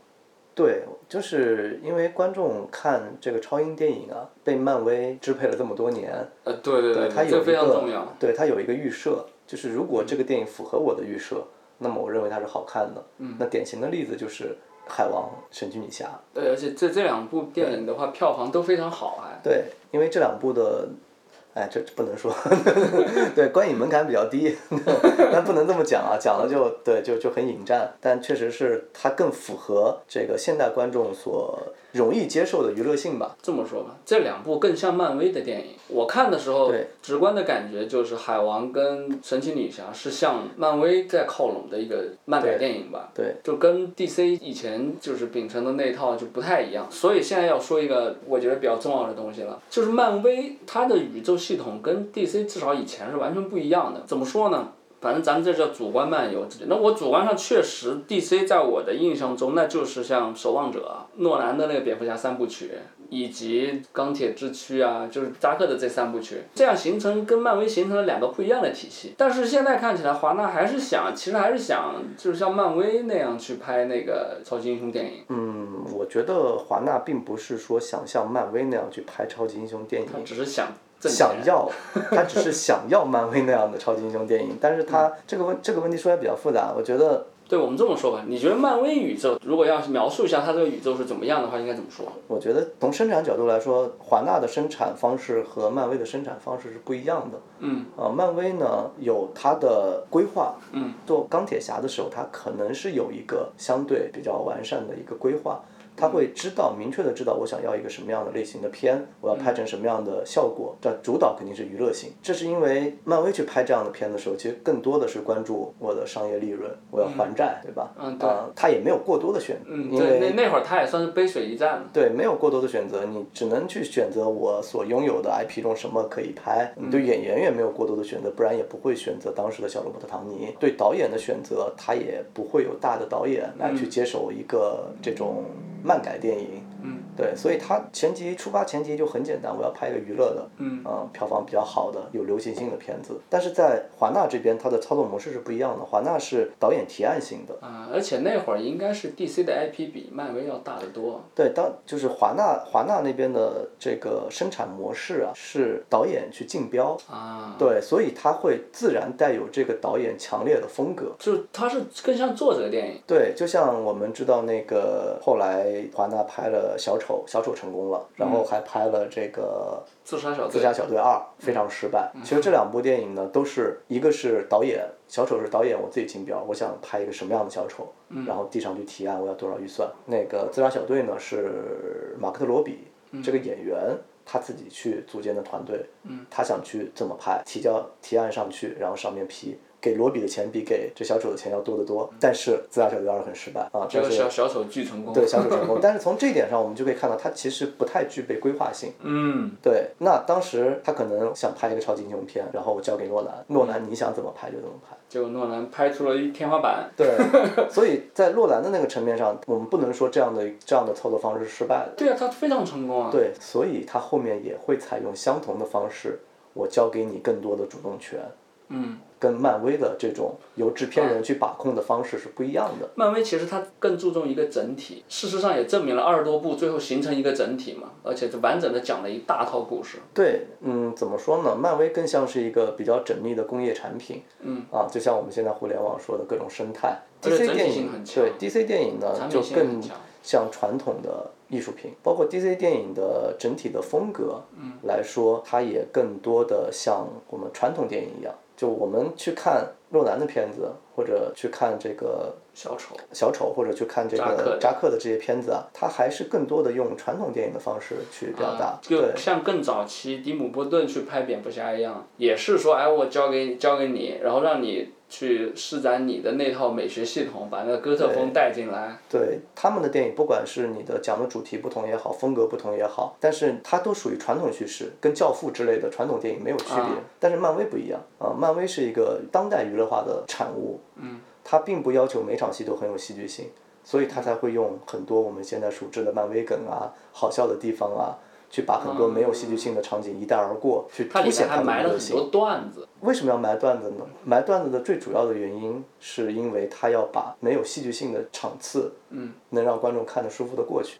Speaker 2: 对，就是因为观众看这个超英电影啊，被漫威支配了这么多年，
Speaker 1: 呃，对对
Speaker 2: 对，它有
Speaker 1: 这
Speaker 2: 一
Speaker 1: 非常
Speaker 2: 个
Speaker 1: 重要。嗯
Speaker 2: 对它有一个预设，就是如果这个电影符合我的预设，那么我认为它是好看的。
Speaker 1: 嗯
Speaker 2: 那典型的例子就是《海王》《神奇女侠》。
Speaker 1: 对，而且这这两部电影的话，票房都非常好，还。
Speaker 2: 对，因为这两部的，哎，这这不能说， 对，观影门槛比较低， 但不能这么讲啊，讲了就对，就就很引战。但确实是它更符合这个现代观众所容易接受的娱乐性吧。
Speaker 1: 这么说吧，这两部更像漫威的电影。我看的时候
Speaker 2: 对，
Speaker 1: 直观的感觉就是《海王》跟《神奇女侠》是向漫威在靠拢的一个漫改电影吧。
Speaker 2: 对，
Speaker 1: 就跟 DC 以前就是秉承的那一套就不太一样。所以现在要说一个我觉得比较重要的东西了，就是漫威它的宇宙系统跟 DC 至少以前是完全不一样的。怎么说呢？反正咱们这叫主观漫游。那我主观上确实，DC 在我的印象中，那就是像《守望者》、诺兰的那个《蝙蝠侠》三部曲，以及《钢铁之躯》啊，就是扎克的这三部曲，这样形成跟漫威形成了两个不一样的体系。但是现在看起来，华纳还是想，其实还是想，就是像漫威那样去拍那个超级英雄电影。
Speaker 2: 嗯，我觉得华纳并不是说想像漫威那样去拍超级英雄电影，
Speaker 1: 他只是想挣钱。
Speaker 2: 想要，他只是想要漫威那样的超级英雄电影，但是
Speaker 1: 嗯
Speaker 2: 他这个问这个问题说来比较复杂，我觉得
Speaker 1: 对我们这么说吧，你觉得漫威宇宙如果要是描述一下它这个宇宙是怎么样的话，应该怎么说？
Speaker 2: 我觉得从生产角度来说，华纳的生产方式和漫威的生产方式是不一样的。
Speaker 1: 嗯，
Speaker 2: 呃，漫威呢有它的规划，
Speaker 1: 嗯，
Speaker 2: 做钢铁侠的时候，它可能是有一个相对比较完善的一个规划，他
Speaker 1: 嗯
Speaker 2: 会知道明确的知道我想要一个什么样的类型的片，我要拍
Speaker 1: 嗯
Speaker 2: 成什么样的效果。这主导肯定是娱乐性，这是因为漫威去拍这样的片的时候，其实更多的是关注我的商业利润，我要还债，对吧？
Speaker 1: 嗯对
Speaker 2: 啊，他也没有过多的选择，
Speaker 1: 嗯，
Speaker 2: 因
Speaker 1: 对，
Speaker 2: 为
Speaker 1: 那那会儿他也算是背水一战了。
Speaker 2: 对，没有过多的选择，你只能去选择我所拥有的 IP 中什么可以拍。你对演员也没有过多的选择，不然也不会选择当时的小罗伯特·唐尼。对导演的选择，他也不会有大的导演来去接手一个这种漫改电影。
Speaker 1: 嗯，
Speaker 2: 对，所以他前提出发前提就很简单，我要拍一个娱乐的，
Speaker 1: 嗯
Speaker 2: 呃票房比较好的、有流行性的片子。但是在华纳这边，它的操作模式是不一样的，华纳是导演提案型的。
Speaker 1: 啊，而且那会儿应该是 DC 的 IP 比漫威要大得多。
Speaker 2: 对，当就是华纳华纳那边的这个生产模式啊，是导演去竞标，
Speaker 1: 啊，
Speaker 2: 对，所以它会自然带有这个导演强烈的风格。
Speaker 1: 就它是更像作者电影。
Speaker 2: 对，就像我们知道那个后来华纳拍了《小丑》，《小丑》成功了，然后还拍了这个
Speaker 1: 自杀小
Speaker 2: 《自
Speaker 1: 队嗯
Speaker 2: 杀小队二》，非常失败。其实这两部电影呢，都是一个是导演，小丑是导演，我自己竞标，我想拍一个什么样的小丑，
Speaker 1: 嗯
Speaker 2: 然后递上去提案，我要多少预算。那个《自杀小队》呢是马克特罗比
Speaker 1: 嗯
Speaker 2: 这个演员。他自己去组建的团队，
Speaker 1: 嗯
Speaker 2: 他想去怎么拍，提交提案上去，然后上面批，给罗比的钱比给这小丑的钱要多得多。但是《自杀小队二》很失败啊，
Speaker 1: 嗯这
Speaker 2: 但
Speaker 1: 个
Speaker 2: 是
Speaker 1: 小小丑巨成功。
Speaker 2: 对小丑成功。但是从这一点上，我们就可以看到，他其实不太具备规划性。
Speaker 1: 嗯，
Speaker 2: 对，那当时他可能想拍一个超级英雄片，然后我交给诺兰，诺兰你想怎么拍就怎么拍。
Speaker 1: 结果诺兰拍出了一天花板。
Speaker 2: 对，所以在诺兰的那个层面上，我们不能说这样的这样的操作方式是失败的。
Speaker 1: 对啊，他非常成功啊。
Speaker 2: 对，所以他后面也会采用相同的方式，我交给你更多的主动权，
Speaker 1: 嗯，
Speaker 2: 跟漫威的这种由制片人去把控的方式是不一样的。
Speaker 1: 漫威其实它更注重一个整体，事实上也证明了二十多部最后形成一个整体嘛，而且就完整的讲了一大套故事。
Speaker 2: 对，嗯，怎么说呢？漫威更像是一个比较缜密的工业产品，
Speaker 1: 嗯，
Speaker 2: 啊，就像我们现在互联网说的各种生态。
Speaker 1: 而且整
Speaker 2: DC
Speaker 1: 体
Speaker 2: 电
Speaker 1: 性
Speaker 2: 影
Speaker 1: 很强
Speaker 2: 对 DC 电影呢
Speaker 1: 产，品
Speaker 2: 就
Speaker 1: 性
Speaker 2: 更
Speaker 1: 很强
Speaker 2: 像传统的艺术品，包括 DC 电影的整体的风格
Speaker 1: 嗯
Speaker 2: 来说，它也更多的像我们传统电影一样。就我们去看诺兰的片子，或者去看这个
Speaker 1: 小丑，
Speaker 2: 呃小丑，或者去看这
Speaker 1: 扎克
Speaker 2: 个
Speaker 1: 的
Speaker 2: 扎克的这些片子啊，他还是更多的用传统电影的方式去表达。对
Speaker 1: 啊就像更早期迪姆波顿去拍蝙蝠侠一样，也是说，哎，我交给交给你，然后让你去施展你的那套美学系统，把那个哥特风带进来。
Speaker 2: 对，他们的电影不管是你的讲的主题不同也好，风格不同也好，但是它都属于传统叙事，跟《教父》之类的传统电影没有区别。
Speaker 1: 啊
Speaker 2: 但是漫威不一样啊、漫威是一个当代娱乐化的产物，嗯，它并不要求每场戏都很有戏剧性，所以它才会用很多我们现在熟知的漫威梗啊、好笑的地方啊。去把很多没有戏剧性的场景一带而过，去
Speaker 1: 它
Speaker 2: 凸
Speaker 1: 里
Speaker 2: 显
Speaker 1: 面
Speaker 2: 它
Speaker 1: 还
Speaker 2: 的
Speaker 1: 埋
Speaker 2: 娱
Speaker 1: 了
Speaker 2: 乐
Speaker 1: 很
Speaker 2: 性。
Speaker 1: 多段子，
Speaker 2: 为什么要埋段子呢？埋段子的最主要的原因，是因为他要把没有戏剧性的场次，嗯，能让观众看得舒服的过去。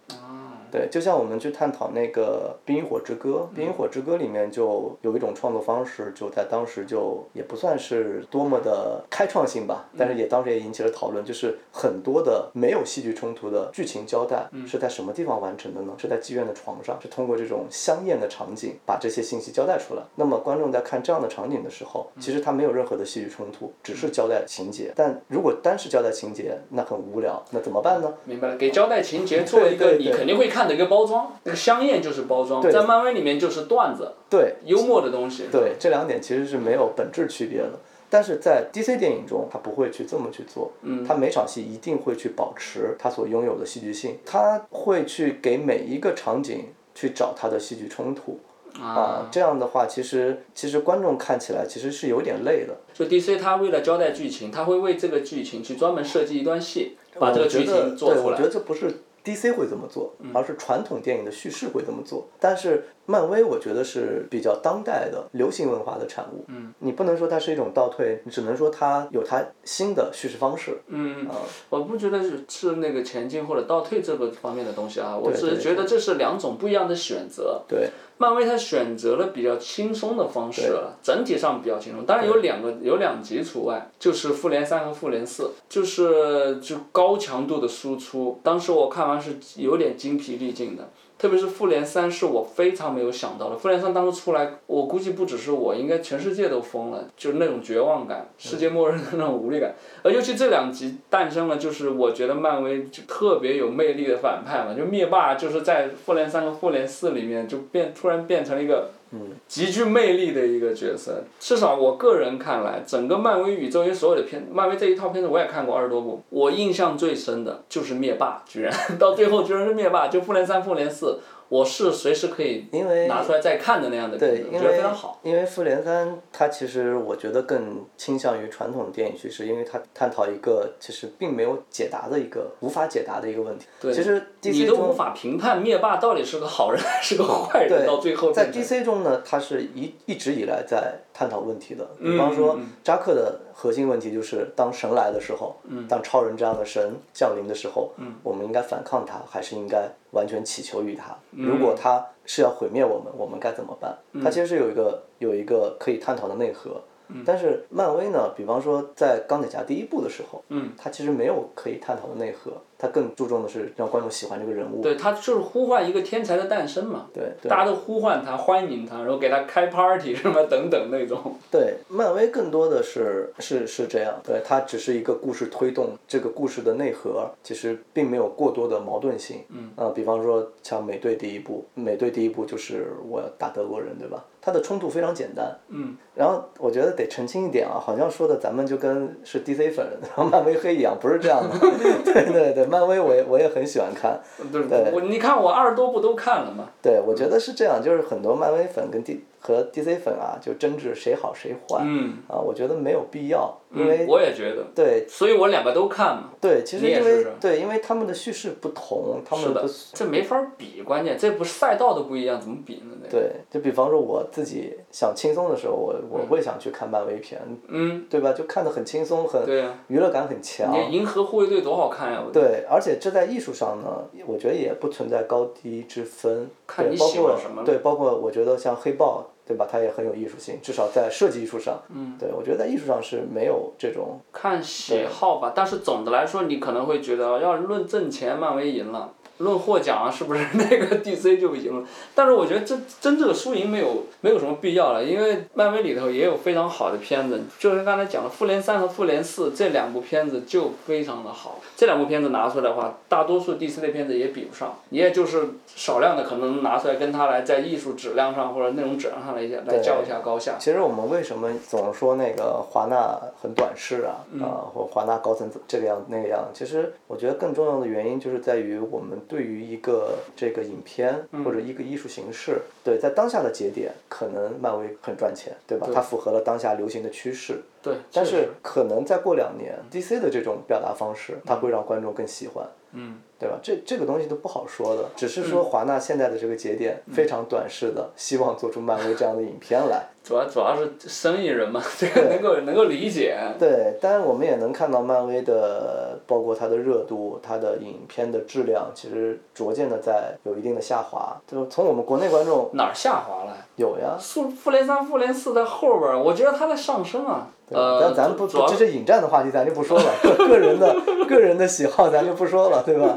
Speaker 2: 对，就像我们去探讨那个《冰与火之歌》，《冰与火之歌》里面就有一种创作方式，就在当时就也不算是多么的开创性吧，但是也当时也引起了讨论，就是很多的没有戏剧冲突的剧情交代是在什么地方完成的呢？是在妓院的床上，是通过这种香艳的场景把这些信息交代出来。那么观众在看这样的场景的时候，其实它没有任何的戏剧冲突，只是交代情节。但如果单是交代情节，那很无聊，那怎么办呢？
Speaker 1: 明白了？给交代情节做一个
Speaker 2: 对对
Speaker 1: 你
Speaker 2: 对
Speaker 1: 肯定会看的一个包装，那个香艳就是包装，在漫威里面就是段子，
Speaker 2: 对，
Speaker 1: 幽默的东西。
Speaker 2: 对，这两点其实是没有本质区别的。但是在 DC 电影中，他不会去这么去做，嗯，他每场戏一定会去保持他所拥有的戏剧性，他会去给每一个场景去找他的戏剧冲突啊，这样的话，其实其实观众看起来其实是有点累的，
Speaker 1: 啊就 DC 它为了交代剧情，它会为这个剧情去专门设计一段戏，把这个
Speaker 2: 我觉
Speaker 1: 剧
Speaker 2: 得
Speaker 1: 情做
Speaker 2: 对，
Speaker 1: 出
Speaker 2: 我
Speaker 1: 来嗯
Speaker 2: 觉。得这不是 DC 会这么做，而是传统电影的叙事会这么做。但是漫威，我觉得是比较当代的流行文化的产物。嗯，你不能说它是一种倒退，你只能说它有它新的叙事方式。
Speaker 1: 嗯，我不觉得是是那个前进或者倒退这个方面的东西啊，我
Speaker 2: 对
Speaker 1: 只是
Speaker 2: 对
Speaker 1: 觉得这是两种不一样的选择。
Speaker 2: 对，
Speaker 1: 漫威它选择了比较轻松的方式，啊整体上比较轻松，当然有两个有两集除外，就是复联三和复联四，就是就高强度的输出。当时我看完是有点精疲力尽的。特别是复联三是我非常没有想到的，复联三当时出来，我估计不只是我，应该全世界都疯了，就是那种绝望感，世界末日的那种无力感。而尤其这两集诞生了，就是我觉得漫威就特别有魅力的反派嘛，就灭霸就是在复联三和复联四里面就变突然变成了一个
Speaker 2: 嗯
Speaker 1: 极具魅力的一个角色。至少我个人看来，整个漫威宇宙因为所有的片，漫威这一套片子我也看过二十多部，我印象最深的就是灭霸，居然 到最后居然是灭霸，就复联三、复联四，我是随时可以
Speaker 2: 因为
Speaker 1: 拿出来再看的那样的片
Speaker 2: 对
Speaker 1: 子，，我
Speaker 2: 因
Speaker 1: 觉得
Speaker 2: 为
Speaker 1: 非常好。
Speaker 2: 因为复联三，它其实我觉得更倾向于传统电影叙事，因为它探讨一个其实并没有解答的一个无法解答的一个问题。
Speaker 1: 对
Speaker 2: 其实 DC
Speaker 1: 你都
Speaker 2: 中
Speaker 1: 无法评判灭霸到底是个好人还是个坏人，
Speaker 2: 对，
Speaker 1: 到最后
Speaker 2: 在
Speaker 1: 变成
Speaker 2: DC 中呢，它是一一直以来在探讨问题的。
Speaker 1: 嗯
Speaker 2: 比方说，扎克的核心问题就是，当神来的时候，
Speaker 1: 嗯
Speaker 2: 当超人这样的神降临的时候，我们应该反抗他，还是应该完全祈求于他？
Speaker 1: 嗯
Speaker 2: 如果他是要毁灭我们，我们该怎么办？它其实是有一个有一个可以探讨的内核。
Speaker 1: 嗯
Speaker 2: 但是漫威呢，比方说在钢铁侠第一部的时候，嗯，它其实没有可以探讨的内核，它更注重的是让观众喜欢这个人物。
Speaker 1: 对他就是呼唤一个天才的诞生嘛，
Speaker 2: 对对
Speaker 1: 大家都呼唤他，欢迎他，然后给他开 party 什么等等那种。
Speaker 2: 对，漫威更多的是是是这样，对，它只是一个故事推动，这个故事的内核其实并没有过多的矛盾性。嗯，呃，比方说像美队第一部，美队第一部就是我要打德国人，对吧？它的冲突非常简单。嗯，然后我觉得得澄清一点啊，好像说的咱们就跟是 DC 粉，然后漫威黑一样，不是这样的。 对对对，漫威我也我也很喜欢 看，
Speaker 1: 对我你看我二十多部都看了嗯嘛，
Speaker 2: 对，我觉得是这样，就是很多漫威粉跟 D 和 DC 粉啊，就争执谁好谁坏。
Speaker 1: 嗯。
Speaker 2: 啊，我觉得没有必要，因为、
Speaker 1: 嗯，我也觉得，
Speaker 2: 对
Speaker 1: 所以我两个都看嘛。
Speaker 2: 对，其实
Speaker 1: 你也
Speaker 2: 因
Speaker 1: 试
Speaker 2: 为
Speaker 1: 试
Speaker 2: 对，因为他们的叙事不同，嗯他
Speaker 1: 是
Speaker 2: 们
Speaker 1: 的
Speaker 2: 的，
Speaker 1: 这没法比，关键这不是赛道都不一样，怎么比呢？那个
Speaker 2: 对，就比方说我自己想轻松的时候，我我会想去看漫威片，
Speaker 1: 嗯，
Speaker 2: 对吧？就看得很轻松，很
Speaker 1: 对呀、
Speaker 2: 娱乐感很
Speaker 1: 啊，
Speaker 2: 强。
Speaker 1: 你看银河护卫队多好看呀、我
Speaker 2: 对，而且这在艺术上呢，我觉得也不存在高低之分。
Speaker 1: 看你
Speaker 2: 对，包
Speaker 1: 喜欢
Speaker 2: 括
Speaker 1: 什么
Speaker 2: 对，包括我觉得像黑豹，对吧？它也很有艺术性，至少在设计艺术上。嗯，对，我觉得在艺术上是没有这种
Speaker 1: 哦看喜好吧。但是总的来说，你可能会觉得，要是论挣钱，漫威赢了。论获奖啊，是不是 那个 DC 就赢了？但是我觉得这真这个输赢没有没有什么必要了，因为漫威里头也有非常好的片子，就是刚才讲的《复联三》和《复联四》这两部片子就非常的好。这两部片子拿出来的话，大多数 DC 的片子也比不上，也就是少量的可能拿出来跟它来在艺术质量上或者内容质量上来一些来较一下高下。
Speaker 2: 其实我们为什么总说那个华纳很短视啊，
Speaker 1: 嗯
Speaker 2: 啊、或华纳高层这个样那个样？其实我觉得更重要的原因就是在于我们对于一个这个影片
Speaker 1: 嗯
Speaker 2: 或者一个艺术形式，对，在当下的节点，可能漫威很赚钱，对吧？它符合了当下流行的趋势。
Speaker 1: 对，
Speaker 2: 但
Speaker 1: 确实
Speaker 2: 是可能再过两年，DC 的这种表达方式，它会让观众更喜欢，
Speaker 1: 嗯，
Speaker 2: 对吧？这这个东西都不好说的，只是说华纳现在的这个节点
Speaker 1: 嗯
Speaker 2: 非常短视的，希望做出漫威这样的影片来。
Speaker 1: 主要主要是生意人嘛， 这个能够能够理解。
Speaker 2: 对，但是我们也能看到漫威的，包括它的热度、它的影片的质量，其实逐渐的在有一定的下滑。就从我们国内观众
Speaker 1: 哪儿下滑了？
Speaker 2: 有呀，
Speaker 1: 复复联三、复联四在后边儿，我觉得它在上升啊。
Speaker 2: 对吧
Speaker 1: 呃，
Speaker 2: 但咱不，
Speaker 1: 主要
Speaker 2: 这是引战的话题，咱就不说了。个个人的个人的喜好，咱就不说了，对吧？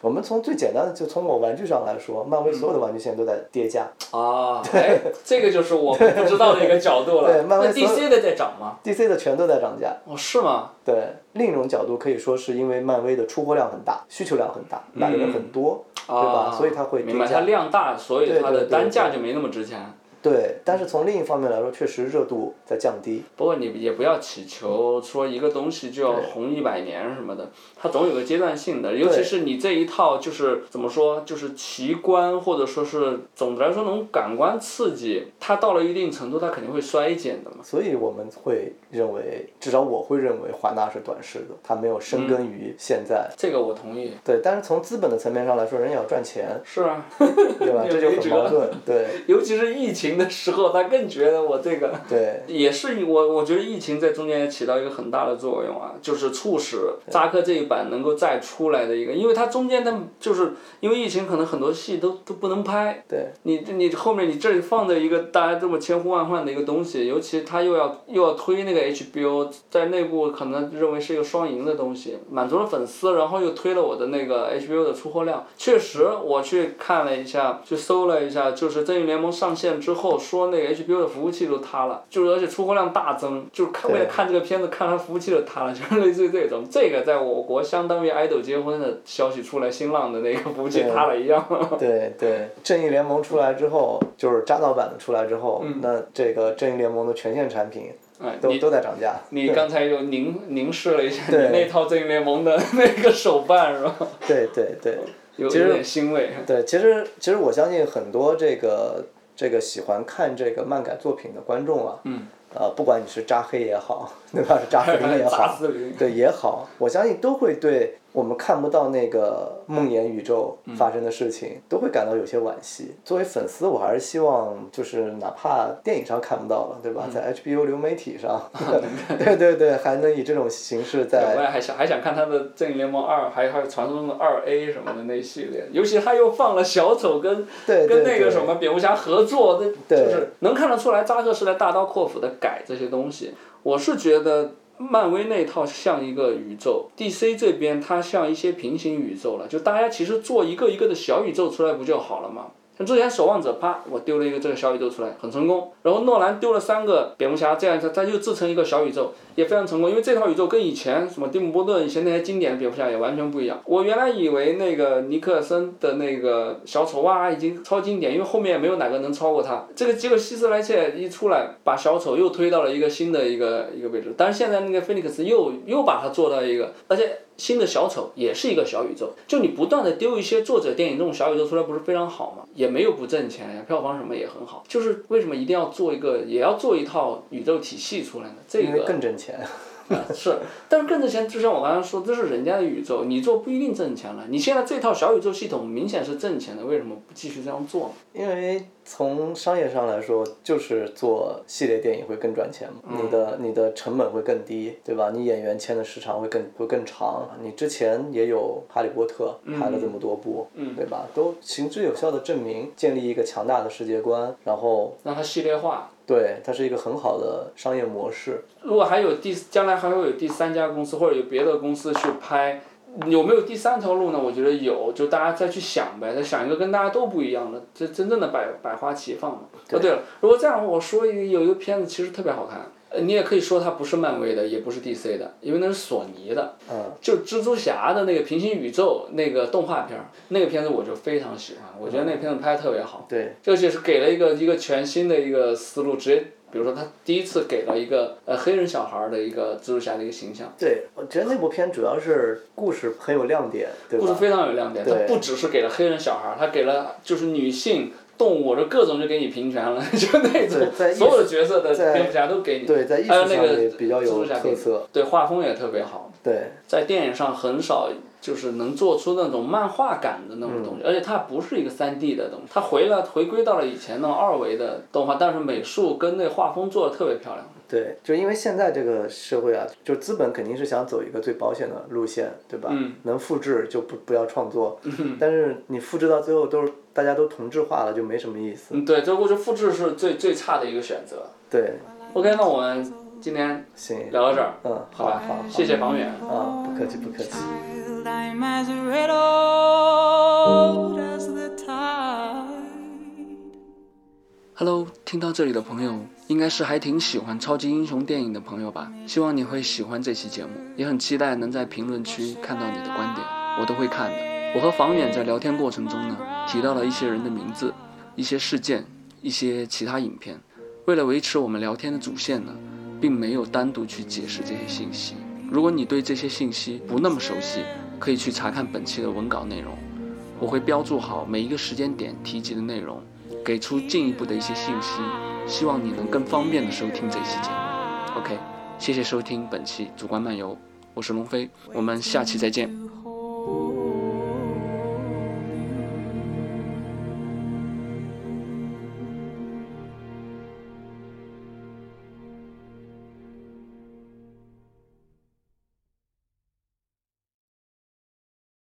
Speaker 2: 我们从最简单的，就从我玩具上来说，
Speaker 1: 嗯
Speaker 2: 漫威所有的玩具现在都在跌价。
Speaker 1: 啊，哎， 这个就是我们不知道的一个角度了。
Speaker 2: 对漫威
Speaker 1: 那
Speaker 2: 所有
Speaker 1: DC 的在涨吗？
Speaker 2: DC 的全都在涨价。
Speaker 1: 哦，是吗？
Speaker 2: 对，另一种角度可以说是因为漫威的出货量很大，需求量很大，买的人很多，
Speaker 1: 啊，
Speaker 2: 对吧？所以它会
Speaker 1: 明
Speaker 2: 跌
Speaker 1: 白，它
Speaker 2: 价。
Speaker 1: 量大，所以
Speaker 2: 对
Speaker 1: 它
Speaker 2: 对
Speaker 1: 的
Speaker 2: 对
Speaker 1: 单价
Speaker 2: 对
Speaker 1: 就没那么值钱。
Speaker 2: 对，但是从另一方面来说，确实热度在降低。
Speaker 1: 不过你也不要祈求说一个东西就要红一百年什么的，它总有个阶段性的。尤其是你这一套就是怎么说，就是奇观或者说是总的来说那种感官刺激，它到了一定程度，它肯定会衰减的嘛。
Speaker 2: 所以我们会认为，至少我会认为华纳是短视的，它没有
Speaker 1: 嗯
Speaker 2: 深根于现在。
Speaker 1: 这个我同意。
Speaker 2: 对，但是从资本的层面上来说，人也要 赚钱，
Speaker 1: 是啊，
Speaker 2: 对吧？
Speaker 1: 也
Speaker 2: 这就
Speaker 1: 没
Speaker 2: 很
Speaker 1: 辙
Speaker 2: 矛盾。对
Speaker 1: 尤其是疫情的时候，他更觉得我这个
Speaker 2: 对
Speaker 1: 也是我，我觉得疫情在中间也起到一个很大的作用啊，就是促使扎克这一版能够再出来的一个，因为它中间它就是因为疫情，可能很多戏都都不能拍。
Speaker 2: 对
Speaker 1: 你你后面你这里放着一个大家这么千呼万唤的一个东西，尤其他又要又要推那个 HBO，在内部可能认为是一个双赢的东西，满足了粉丝，然后又推了我的那个 HBO 的出货量。确实，我去看了一下，去搜了一下，就是《正义联盟》上线之后，说那个 HBO 的服务器都塌了，就是而且出货量大增，就是看为了看这个片子，看它服务器都塌了， 就是类似于这种。这个在我国相当于 idol 结婚的消息出来，新浪的那个服务器塌了一样。
Speaker 2: 对对，正义联盟出来之后，就是扎导版的出来之后，那这个正义联盟的全线产品
Speaker 1: 嗯哎，
Speaker 2: 都
Speaker 1: 你
Speaker 2: 都在涨 价。
Speaker 1: 你刚才又凝凝视了一下
Speaker 2: 对
Speaker 1: 你那套正义联盟的那个手办是吧？
Speaker 2: 对对对
Speaker 1: 有有
Speaker 2: 其实
Speaker 1: 点欣慰。
Speaker 2: 对，其实其实我相信很多这个这个喜欢看这个漫改作品的观众啊，
Speaker 1: 嗯，
Speaker 2: 呃，不管你是扎黑也好，对 吧？是扎福林也
Speaker 1: 扎
Speaker 2: 好
Speaker 1: 斯林，
Speaker 2: 对也好，我相信都会对我们看不到那个梦魇宇宙发生的事情，都会感到有些惋惜。作为粉丝，我还是希望就是哪怕电影上看不到了，对
Speaker 1: 嗯
Speaker 2: 吧？在 HBO 流媒体
Speaker 1: 啊
Speaker 2: 上， 对对对，还能以这种形式在
Speaker 1: 我也还想还想看他的《正义联盟二》，还有还有传说中的二 A 什么的那一系列，尤其他又放了小丑跟
Speaker 2: 对对
Speaker 1: 跟那个
Speaker 2: 对
Speaker 1: 什么蝙蝠侠合作，那
Speaker 2: 对
Speaker 1: 就是能看得出来扎克是在大刀阔斧的改这些东西。我是觉得漫威那一套像一个宇宙，DC 这边它像一些平行宇宙了，就大家其实做一个一个的小宇宙出来不就好了嘛？像之前《守望者》，啪，我丢了一个这个小宇宙出来，很成功。然后诺兰丢了三个蝙蝠侠，这样他他就制成一个小宇宙，也非常成功。因为这套宇宙跟以前什么蒂姆·波顿以前那些经典的蝙蝠侠也完全不一样。我原来以为那个尼克尔森的那个小丑啊哇已经超经典，因为后面也没有哪个能超过他。这个结果希斯莱切一出来，把小丑又推到了一个新的一个一个位置。但是现在那个菲尼克斯又又把他做到一个，而且新的小丑也是一个小宇宙，就你不断的丢一些作者电影这种小宇宙出来，不是非常好吗？也没有不挣钱呀，票房什么也很好。就是为什么一定要做一个，也要做一套宇宙体系出来呢？这
Speaker 2: 因为
Speaker 1: 个
Speaker 2: 更挣钱。
Speaker 1: 是，但是更挣钱，就像我刚才说，这是人家的宇宙，你做不一定挣钱了。你现在这套小宇宙系统明显是挣钱的，为什么不继续这样做呢？
Speaker 2: 因为从商业上来说，就是做系列电影会更赚钱嘛，
Speaker 1: 嗯
Speaker 2: 你的你的成本会更低，对吧？你演员签的时长会更会更长，你之前也有《哈利波特》
Speaker 1: 嗯
Speaker 2: 拍了这么多部，对吧？都行之有效的证明，建立一个强大的世界观，然后
Speaker 1: 让它系列化。
Speaker 2: 对它是一个很好的商业模式。
Speaker 1: 如果还有第，将来还会有第三家公司或者有别的公司去拍有没有第三条路呢？我觉得有，就大家再去想呗，再想一个跟大家都不一样的，这真正的百百花齐放嘛。哦，对了，如果这样的话，我说一个有一个片子其实特别好看，呃，你也可以说它不是漫威的，也不是 DC 的，因为那是索尼的。
Speaker 2: 嗯。
Speaker 1: 就蜘蛛侠的那个平行宇宙那个动画片儿，那个片子我就非常喜欢，我觉得那个片子拍的特别好。
Speaker 2: 对，
Speaker 1: 这就是给了一个一个全新的一个思路，直接比如说他第一次给了一个呃黑人小孩儿的一个蜘蛛侠的一个形象。
Speaker 2: 对，我觉得那部片主要是故事很有亮点，对
Speaker 1: 故事
Speaker 2: 吧？
Speaker 1: 非常有亮点，它
Speaker 2: 对
Speaker 1: 不只是给了黑人小孩儿，它给了就是女性、动物，这各种就给你平权了， 就那
Speaker 2: 对在
Speaker 1: 种所
Speaker 2: 艺术
Speaker 1: 有的角色的
Speaker 2: 在
Speaker 1: 蝙蝠侠都给你，
Speaker 2: 对，在艺术
Speaker 1: 还有
Speaker 2: 上
Speaker 1: 那个
Speaker 2: 面比较
Speaker 1: 蜘蛛
Speaker 2: 有
Speaker 1: 侠给
Speaker 2: 特
Speaker 1: 你
Speaker 2: 色。
Speaker 1: 对画风也特别好，
Speaker 2: 对，
Speaker 1: 在电影上很少就是能做出那种漫画感的那种
Speaker 2: 嗯
Speaker 1: 东西，而且它不是一个三 D 的东西，它回了回归到了以前那种二维的动画，但是美术跟那画风做的特别漂亮。
Speaker 2: 对，就因为现在这个社会啊，就资本肯定是想走一个最保险的路线，对吧？
Speaker 1: 嗯
Speaker 2: 能复制就不不要创作，但是你复制到最后都是大家都同质化了，就没什么意思。
Speaker 1: 嗯，对，这我觉得复制是最最差的一个选择。
Speaker 2: 对，
Speaker 1: OK，那我们今天
Speaker 2: 行，
Speaker 1: 聊到这儿，
Speaker 2: 嗯，
Speaker 1: 好吧
Speaker 2: 好吧，好，
Speaker 1: 谢谢房远。
Speaker 2: 好啊，不客气，不客气。
Speaker 3: child, I'm as riddled as the tide.
Speaker 1: Hello，听到这里的朋友，应该是还挺喜欢超级英雄电影的朋友吧？希望你会喜欢这期节目，也很期待能在评论区看到你的观点，我都会看的。我和房远在聊天过程中呢，提到了一些人的名字、一些事件、一些其他影片。为了维持我们聊天的主线呢，并没有单独去解释这些信息。如果你对这些信息不那么熟悉，可以去查看本期的文稿内容。我会标注好每一个时间点提及的内容，给出进一步的一些信息，希望你能更方便的收听这一期节目。OK，谢谢收听本期《主观漫游》，我是龙飞，我们下期再见。
Speaker 3: to hold.